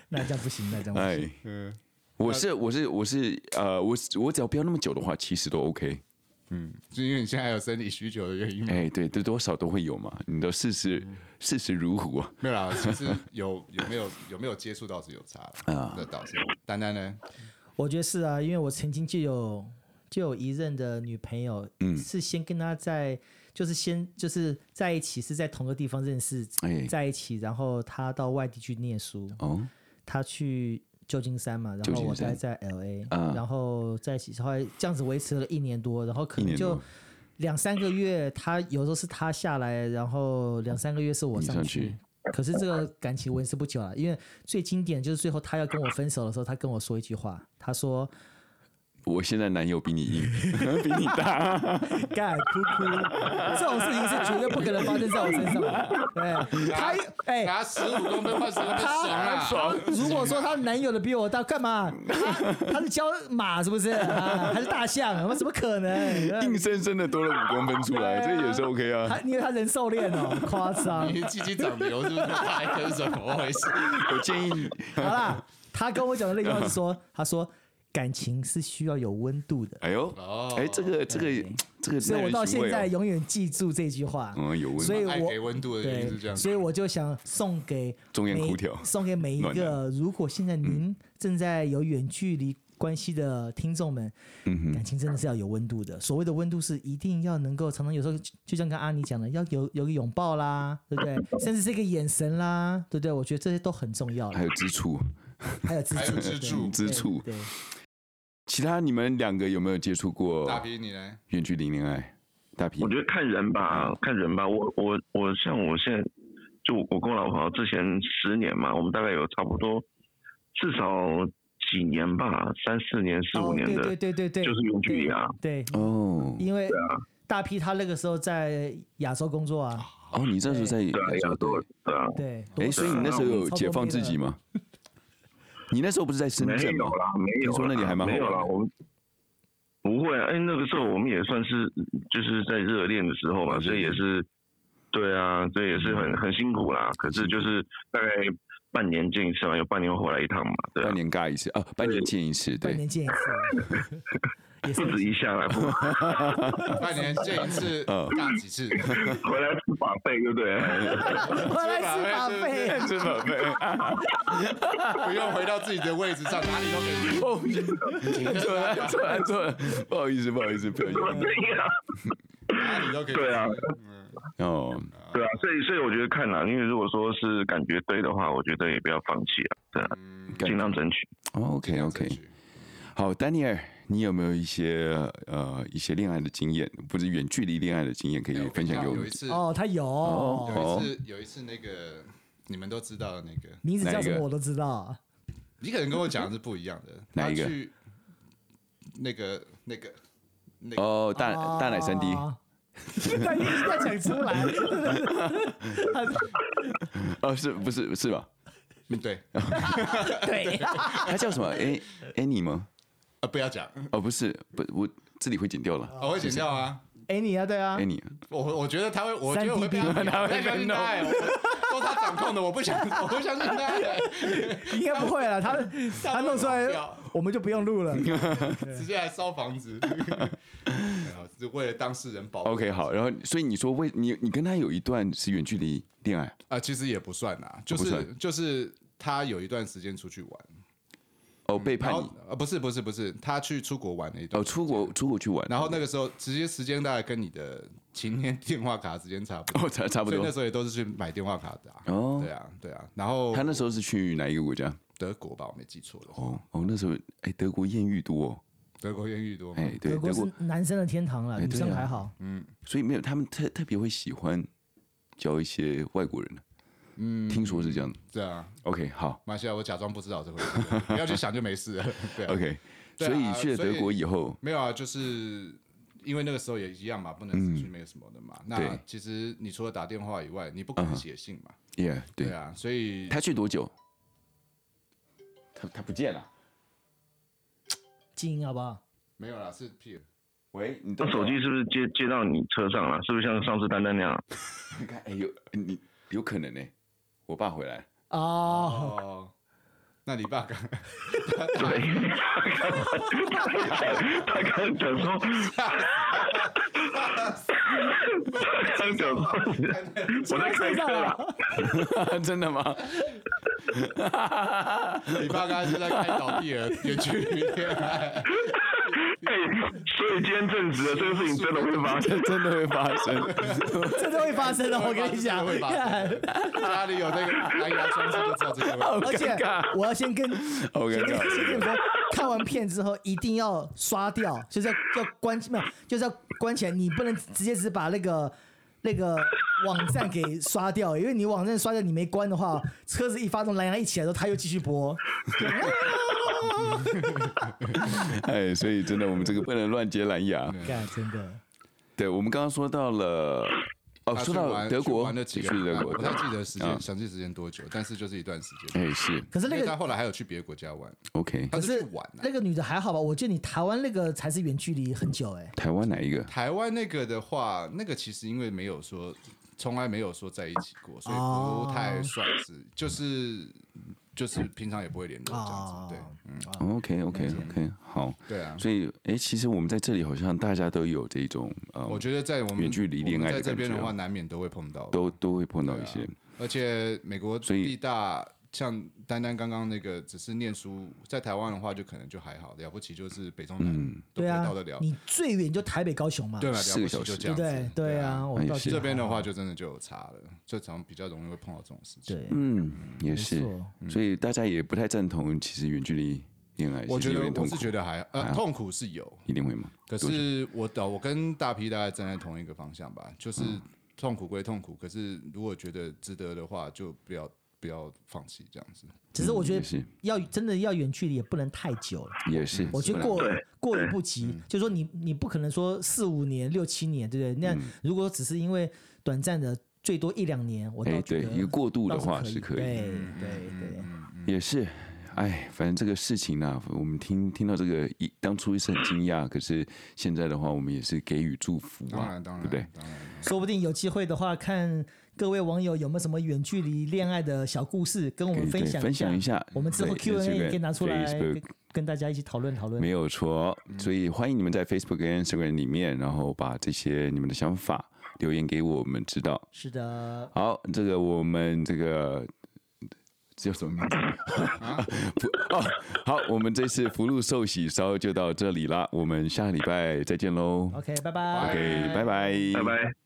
[SPEAKER 4] 那这样不行，那这样不行。
[SPEAKER 3] 哎，我是我是我是呃，我我只要不要那么久的话，其实都 OK。
[SPEAKER 2] 就因为你现在有生理需求的原因
[SPEAKER 4] 嗯
[SPEAKER 2] 嘛，
[SPEAKER 3] 哎，对，这多少都会有嘛，你都事实事实如虎啊。
[SPEAKER 2] <laughs> 没有啦，其实有有没有有没有接触到是有差
[SPEAKER 3] 啊
[SPEAKER 2] 的，这倒是。丹丹呢？
[SPEAKER 4] 我觉得是啊，因为我曾经就有就有一任的女朋友，
[SPEAKER 3] 嗯
[SPEAKER 4] 是先跟她在就是先就是在一起，是在同个地方认识，
[SPEAKER 3] 哎
[SPEAKER 4] 在一起，然后她到外地去念书，
[SPEAKER 3] 哦，
[SPEAKER 4] 她去旧金山嘛，然
[SPEAKER 3] 旧
[SPEAKER 4] 后
[SPEAKER 3] 金
[SPEAKER 4] 我待
[SPEAKER 3] 山
[SPEAKER 4] 在 L A，、
[SPEAKER 3] 啊
[SPEAKER 4] 然后在一起，后来这样子维持了一年多，然后可
[SPEAKER 3] 一
[SPEAKER 4] 能
[SPEAKER 3] 年
[SPEAKER 4] 就
[SPEAKER 3] 多。
[SPEAKER 4] 两三个月，她有时候是她下来，然后两三个月是我
[SPEAKER 3] 你
[SPEAKER 4] 上
[SPEAKER 3] 上
[SPEAKER 4] 去。
[SPEAKER 3] 去
[SPEAKER 4] 可是这个感情维持不久了，因为最经典就是最后她要跟我分手的时候，她跟我说一句话，她说：“
[SPEAKER 3] 我现在男友比你硬， <laughs> 比你大。
[SPEAKER 4] <laughs> 干哭哭，这种事情是绝对不可能发生在我身上的。对，他哎、
[SPEAKER 2] 拿十五公分换十公分
[SPEAKER 4] 他
[SPEAKER 2] 爽啊！
[SPEAKER 4] 如果说她男友的比我大，干嘛？他他是教马是不是？啊，还是大象？我怎么可能？
[SPEAKER 3] 硬生生的多了五公分出来，
[SPEAKER 4] 对啊
[SPEAKER 3] 这也是 OK 啊
[SPEAKER 4] 他。因为他人兽恋哦，夸张
[SPEAKER 2] 你。鸡鸡长瘤是不是大一根？怎么回事？
[SPEAKER 3] 我建议你，
[SPEAKER 4] 好啦，他跟我讲的那句话是说，他说感情是需要有温度的，
[SPEAKER 3] 哎呦，哎，这个这个这个
[SPEAKER 4] 哦
[SPEAKER 3] 耐
[SPEAKER 4] 所以我
[SPEAKER 3] 人
[SPEAKER 4] 到
[SPEAKER 3] 寻
[SPEAKER 4] 现
[SPEAKER 3] 味
[SPEAKER 4] 在
[SPEAKER 3] 哦，
[SPEAKER 4] 永远记住这句话。
[SPEAKER 3] 嗯，有问
[SPEAKER 4] 所以
[SPEAKER 3] 题。
[SPEAKER 2] 爱
[SPEAKER 4] 我
[SPEAKER 2] 给温度的原因是这
[SPEAKER 4] 对，
[SPEAKER 2] 样。
[SPEAKER 4] 所以我就想送给
[SPEAKER 3] 中央
[SPEAKER 4] 每
[SPEAKER 3] 空调
[SPEAKER 4] 送给每一
[SPEAKER 3] 暖嗯
[SPEAKER 4] 个如果现在您正在有远距离关系的听众们，
[SPEAKER 3] 嗯
[SPEAKER 4] 感情真的是要有温度的。所谓的温度是一定要能够常常有时候就就像刚阿妮讲的，要有有个拥抱啦，对不对？ <laughs> 甚至是一个眼神啦，对不对？我觉得这些都很重要啦
[SPEAKER 3] 还有支出，
[SPEAKER 4] 还有支
[SPEAKER 2] 还有
[SPEAKER 4] 柱，
[SPEAKER 2] 支
[SPEAKER 4] 对
[SPEAKER 2] 柱
[SPEAKER 3] 支
[SPEAKER 4] 对
[SPEAKER 3] 柱
[SPEAKER 4] 对，
[SPEAKER 3] 其他你们两个有没有接触过
[SPEAKER 2] 大皮你呢？
[SPEAKER 3] 远距离恋爱？大皮
[SPEAKER 5] 我，觉得看人吧，看人吧。我我我像我现在，就我跟我老婆之前十年嘛，我们大概有差不多至少几年吧，三四年、四五
[SPEAKER 4] 哦
[SPEAKER 5] 年的，
[SPEAKER 4] 对对对对对，
[SPEAKER 5] 就是远距离啊。
[SPEAKER 4] 对，对，
[SPEAKER 3] 哦
[SPEAKER 4] 因为大 P 他那个时候在亚洲工作啊，
[SPEAKER 3] 哦，你那时候在
[SPEAKER 5] 对啊，
[SPEAKER 3] 亚
[SPEAKER 5] 亚
[SPEAKER 3] 洲
[SPEAKER 5] 洲
[SPEAKER 3] 队，
[SPEAKER 5] 对啊，
[SPEAKER 4] 对，
[SPEAKER 3] 哎，所以你那时候有解放自己
[SPEAKER 4] 吗？
[SPEAKER 3] 吗？你那时候不是在深
[SPEAKER 5] 没
[SPEAKER 3] 圳吗
[SPEAKER 5] 有？啦，没有
[SPEAKER 3] 听
[SPEAKER 5] 啦，
[SPEAKER 3] 说那里还蛮好
[SPEAKER 5] 没有啦，
[SPEAKER 3] 玩的
[SPEAKER 5] 我们不会啊。哎，那个时候我们也算是就是在热恋的时候
[SPEAKER 3] 哦
[SPEAKER 5] 嘛，所以也是，对啊，所以也是
[SPEAKER 3] 嗯
[SPEAKER 5] 很很辛苦啦。可是就是大概半年见一次嘛，有半年回来一趟嘛，对啊 <laughs>
[SPEAKER 3] 半，年尬一次啊，半年见一次，
[SPEAKER 4] 半
[SPEAKER 3] 对，
[SPEAKER 4] 年见一次，
[SPEAKER 3] <laughs>
[SPEAKER 4] 也
[SPEAKER 5] 不止
[SPEAKER 4] 是
[SPEAKER 5] 一下啦，不
[SPEAKER 2] 半年见一次，
[SPEAKER 3] 嗯
[SPEAKER 2] 大几次？
[SPEAKER 5] 回来吃把费，对不对？
[SPEAKER 3] 哎
[SPEAKER 4] 回来吃马费，
[SPEAKER 3] 真
[SPEAKER 4] <laughs>
[SPEAKER 3] 宝贝， <laughs>
[SPEAKER 2] 不用回到自己的位置上，哪里都可以。
[SPEAKER 3] 哦，错了错了错了，不好意思不好意思，不好意
[SPEAKER 5] 我
[SPEAKER 3] 思，
[SPEAKER 5] 这样，
[SPEAKER 2] 哪里都可以。
[SPEAKER 5] 对啊，
[SPEAKER 3] 哦，
[SPEAKER 5] <laughs> 对啊，所以所以我觉得看啦，因为如果说是感觉对的话，我觉得也不要放弃啊，对啊，
[SPEAKER 3] 嗯感
[SPEAKER 5] 尽量争取。
[SPEAKER 3] OK OK，好，丹尼尔，你有没有一些呃一些恋爱的经验，不是远距离恋爱的经验可以分享给我
[SPEAKER 2] 哎有
[SPEAKER 3] 们
[SPEAKER 2] 一？次，
[SPEAKER 4] 哦，他有，
[SPEAKER 2] 有一次，有一次那个你们都知道的那个，
[SPEAKER 4] 名字叫什
[SPEAKER 3] 哪一
[SPEAKER 4] 么
[SPEAKER 3] 个
[SPEAKER 4] 我都知道，
[SPEAKER 2] 你可能跟我讲的是不一样的。
[SPEAKER 3] <laughs> 哪一个
[SPEAKER 2] 他去那个那个那个
[SPEAKER 3] 哦，大
[SPEAKER 4] 啊
[SPEAKER 3] 大奶三 <laughs> D，
[SPEAKER 4] 但一定要讲出 <laughs> 来，
[SPEAKER 3] 哦，是不是是
[SPEAKER 4] <laughs>
[SPEAKER 3] 吧？
[SPEAKER 2] 对
[SPEAKER 4] 对，
[SPEAKER 3] 他叫什么？A Annie 吗？
[SPEAKER 2] 啊，不要讲，
[SPEAKER 3] 哦，不是，不，我这里会剪掉
[SPEAKER 4] 哦
[SPEAKER 3] 了。
[SPEAKER 2] 我会剪掉啊。
[SPEAKER 4] 哎你啊，对啊，
[SPEAKER 3] Annie，
[SPEAKER 2] 我我觉得他会，我觉得我会被
[SPEAKER 4] 3D
[SPEAKER 2] 他
[SPEAKER 3] 他会被
[SPEAKER 2] 相信他哎，我都他掌控的，我不相，我不相信他哎，
[SPEAKER 4] 应该不会了，他他弄出来
[SPEAKER 2] 他会跑掉
[SPEAKER 4] 我们就不用录了，
[SPEAKER 2] 直接来烧房子， <laughs> 没有是为了当事人保护
[SPEAKER 3] OK，好，然后所以你说为你你跟他有一段是远距离恋爱，
[SPEAKER 2] 啊，其实也不算啦，就
[SPEAKER 3] 不
[SPEAKER 2] 是
[SPEAKER 3] 算
[SPEAKER 2] 就是他有一段时间出去玩，
[SPEAKER 3] 哦，背叛
[SPEAKER 2] 然后
[SPEAKER 3] 你，
[SPEAKER 2] 呃不是不是不是，他去出国玩了一段
[SPEAKER 3] 哦，，出国出国去玩，
[SPEAKER 2] 然后那个时候直接时间大概跟你的 <laughs> 晴天电话卡时间差不多，
[SPEAKER 3] 哦，差差不
[SPEAKER 2] 所以
[SPEAKER 3] 多
[SPEAKER 2] 那。时候也都是去买电话卡的啊，
[SPEAKER 3] 哦
[SPEAKER 2] 对啊对啊，然后
[SPEAKER 3] 他那时候是去哪一个国家？
[SPEAKER 2] 德国吧，我没记错的话，
[SPEAKER 3] 哦哦，那时候哎，德国艳遇多哦，
[SPEAKER 2] 德国艳遇多吗？
[SPEAKER 3] 哎，对，
[SPEAKER 4] 德
[SPEAKER 3] 德
[SPEAKER 4] 国
[SPEAKER 3] 国
[SPEAKER 4] 是男生的天堂了，
[SPEAKER 3] 哎
[SPEAKER 4] 女
[SPEAKER 3] 对
[SPEAKER 4] 生
[SPEAKER 3] 啊
[SPEAKER 4] 还好，
[SPEAKER 3] 所以没有他们特特别会喜欢教一些外国人嗯，听说是这样的。
[SPEAKER 2] 对啊，
[SPEAKER 3] OK，好 <laughs>
[SPEAKER 2] 马西亚，我假装不知道这回事，不要去想就没事了。对啊、
[SPEAKER 3] ，OK，所以去了德国以后，
[SPEAKER 2] 没有啊，就是因为那个时候也一样嘛，不能
[SPEAKER 3] 嗯
[SPEAKER 2] 失去没有什么的嘛。那
[SPEAKER 3] 对
[SPEAKER 2] 其实你除了打电话以外，你不可能写信嘛。
[SPEAKER 3] ，Yeah，对
[SPEAKER 2] 对，啊，所以
[SPEAKER 3] 他去多久？他他不见了。
[SPEAKER 4] 静音好不好？
[SPEAKER 2] 没有啦，是屁。
[SPEAKER 3] 喂，你
[SPEAKER 5] 那手机是不是接接到你车上了？是不是像上次丹丹那样？
[SPEAKER 3] 你看，哎，有你有可能呢、我爸回来，
[SPEAKER 4] 哦，
[SPEAKER 2] 哦，那你爸 <laughs> 刚
[SPEAKER 5] 对，他刚刚讲说，他刚讲
[SPEAKER 3] <laughs>
[SPEAKER 5] 说，
[SPEAKER 4] <laughs>
[SPEAKER 5] 我在开车啦。
[SPEAKER 2] <laughs>
[SPEAKER 3] 真的吗？
[SPEAKER 2] 你爸刚才是在开倒闭的 <laughs> 远距离恋爱， <laughs>
[SPEAKER 5] 哎，所以今天证实了这个事情真的会发生。
[SPEAKER 3] <laughs> 真的会发生。
[SPEAKER 4] 这都会发生的，我跟你讲。
[SPEAKER 2] 会发生家里有那个蓝牙装置就知道这个问题。
[SPEAKER 4] 而且我
[SPEAKER 2] <laughs>
[SPEAKER 4] 要先跟
[SPEAKER 3] 好尴
[SPEAKER 4] 先跟
[SPEAKER 3] 尬
[SPEAKER 4] 先跟你们说，看完片之后一定要刷掉，就是要要关没有，就是要关起来，你不能直接只把那个那个网站给刷掉，因为你网站刷掉你没关的话，车子一发动蓝牙一起来的时候，它又继续播。
[SPEAKER 3] 哎，所以真的，我们这个不能乱接蓝
[SPEAKER 2] <laughs>
[SPEAKER 3] 牙。
[SPEAKER 2] 嗯
[SPEAKER 4] 干，真的，
[SPEAKER 3] 对，我们刚刚说到了，哦，
[SPEAKER 2] 他
[SPEAKER 3] 说
[SPEAKER 2] 去
[SPEAKER 3] 到
[SPEAKER 2] 玩
[SPEAKER 3] 德
[SPEAKER 2] 去
[SPEAKER 3] 国，
[SPEAKER 2] 玩了几
[SPEAKER 3] 去
[SPEAKER 2] 个礼拜
[SPEAKER 3] 德
[SPEAKER 2] 我
[SPEAKER 3] 国
[SPEAKER 2] 不，太记得时
[SPEAKER 3] 啊
[SPEAKER 2] 间，详细时间多久，但是就是一段时间。
[SPEAKER 3] 哎，是
[SPEAKER 4] 可是
[SPEAKER 2] 因
[SPEAKER 4] 那
[SPEAKER 2] 为他
[SPEAKER 4] 个
[SPEAKER 2] 后来还有去别的国家玩，
[SPEAKER 3] OK。
[SPEAKER 2] 他
[SPEAKER 4] 可
[SPEAKER 2] 是
[SPEAKER 4] 是
[SPEAKER 2] 去玩啊
[SPEAKER 4] 那个女的还好吧？我记得你台湾那个才是远距离很久哎、
[SPEAKER 3] 台湾哪一个？
[SPEAKER 2] 台湾那个的话，那个其实因为没有说，从来没有说在一起过，所以
[SPEAKER 3] 哦
[SPEAKER 2] 不太算是，就是就是平常也不会联络这样
[SPEAKER 4] 哦
[SPEAKER 2] 子。对，
[SPEAKER 3] OK OK OK，好，
[SPEAKER 2] 对啊
[SPEAKER 3] 所以哎、其实我们在这里好像大家都有这种呃，
[SPEAKER 2] 我觉得在我们
[SPEAKER 3] 远距离恋爱
[SPEAKER 2] 我
[SPEAKER 3] 的
[SPEAKER 2] 们在这边
[SPEAKER 3] 感
[SPEAKER 2] 的
[SPEAKER 3] 觉哦
[SPEAKER 2] 话，难免都会碰到。
[SPEAKER 3] 都都会碰到一些，
[SPEAKER 4] 啊
[SPEAKER 2] 而且美国
[SPEAKER 3] 所以
[SPEAKER 2] 地大，像丹丹刚刚那个，只是念书，在台湾的话就可能就还好，了不起就是北中南都可
[SPEAKER 4] 对
[SPEAKER 2] 以
[SPEAKER 4] 啊
[SPEAKER 2] 到得了，，
[SPEAKER 4] 你最远就台北高雄嘛，
[SPEAKER 2] 对吧？
[SPEAKER 3] 嗯四
[SPEAKER 2] 了
[SPEAKER 3] 个
[SPEAKER 2] 不
[SPEAKER 3] 小
[SPEAKER 2] 起就这
[SPEAKER 3] 时
[SPEAKER 4] 对
[SPEAKER 2] 样
[SPEAKER 4] 不对
[SPEAKER 2] 子？，
[SPEAKER 4] 对
[SPEAKER 2] 啊
[SPEAKER 4] 啊，，我们到
[SPEAKER 3] 是
[SPEAKER 2] 这边的话就真的就有差了，就常比较容易会碰到这种事情。
[SPEAKER 4] 对，
[SPEAKER 3] 嗯，也是
[SPEAKER 4] 没错，
[SPEAKER 3] 所以大家也不太赞同，其实远距离恋爱
[SPEAKER 2] 我
[SPEAKER 3] 其
[SPEAKER 2] 觉
[SPEAKER 3] 实有
[SPEAKER 2] 得我
[SPEAKER 3] 点痛
[SPEAKER 2] 是
[SPEAKER 3] 苦，
[SPEAKER 2] 觉得还呃痛苦是有，
[SPEAKER 3] 一定会吗？
[SPEAKER 2] 可是我的我跟大 P 大概站在同一个方向吧，就是
[SPEAKER 3] 嗯
[SPEAKER 2] 痛苦归痛苦，可是如果觉得值得的话，就不要不要放弃这样子。
[SPEAKER 4] 只是我觉
[SPEAKER 3] 嗯也
[SPEAKER 4] 得
[SPEAKER 3] 是
[SPEAKER 4] 要真的要远距离也不能太久了。
[SPEAKER 3] 也是，
[SPEAKER 4] 嗯我觉得
[SPEAKER 3] 不然
[SPEAKER 4] 过过于不及，就说你你不可能说四五年、六七年，对不对？
[SPEAKER 3] 嗯
[SPEAKER 4] 那如果只是因为短暂的，最多一两年，我
[SPEAKER 3] 哎
[SPEAKER 4] 倒觉
[SPEAKER 3] 对
[SPEAKER 4] 得
[SPEAKER 3] 一个过渡的
[SPEAKER 4] 倒
[SPEAKER 3] 话是
[SPEAKER 4] 是
[SPEAKER 3] 可以嗯
[SPEAKER 4] 对对对，
[SPEAKER 3] 也是，哎，反正这个事情呢、我们听听到这个一当初是很惊讶，可是现在的话，我们也是给予祝福
[SPEAKER 2] 当
[SPEAKER 3] 啊，
[SPEAKER 2] 然当
[SPEAKER 3] 对
[SPEAKER 2] 然，
[SPEAKER 3] 不对？
[SPEAKER 2] 当然。
[SPEAKER 4] 说不定有机会的话，看各位网友有没有什么远距离恋爱的小故事，跟我
[SPEAKER 3] 可
[SPEAKER 4] 们
[SPEAKER 3] 以哎对
[SPEAKER 4] 分享
[SPEAKER 3] 分享一
[SPEAKER 4] 下。
[SPEAKER 3] 下，
[SPEAKER 4] 我们之后
[SPEAKER 3] 对这
[SPEAKER 4] Q&A
[SPEAKER 3] 个
[SPEAKER 4] 也可以拿出来
[SPEAKER 3] Facebook
[SPEAKER 4] 跟跟大家一起讨论讨论。
[SPEAKER 3] 没有错，
[SPEAKER 4] 嗯
[SPEAKER 3] 所以欢迎你们在 Facebook 跟 Instagram 里面，然后把这些你们的想法留言给我们知道。
[SPEAKER 4] 是的，
[SPEAKER 3] 好，这个我们这个这叫什么名字？
[SPEAKER 4] 啊
[SPEAKER 3] <laughs> 福哦，好，我们这次福禄寿喜烧就到这里啦，我们下礼拜再见喽。
[SPEAKER 4] OK，拜拜
[SPEAKER 3] OK，拜拜，
[SPEAKER 5] 拜拜。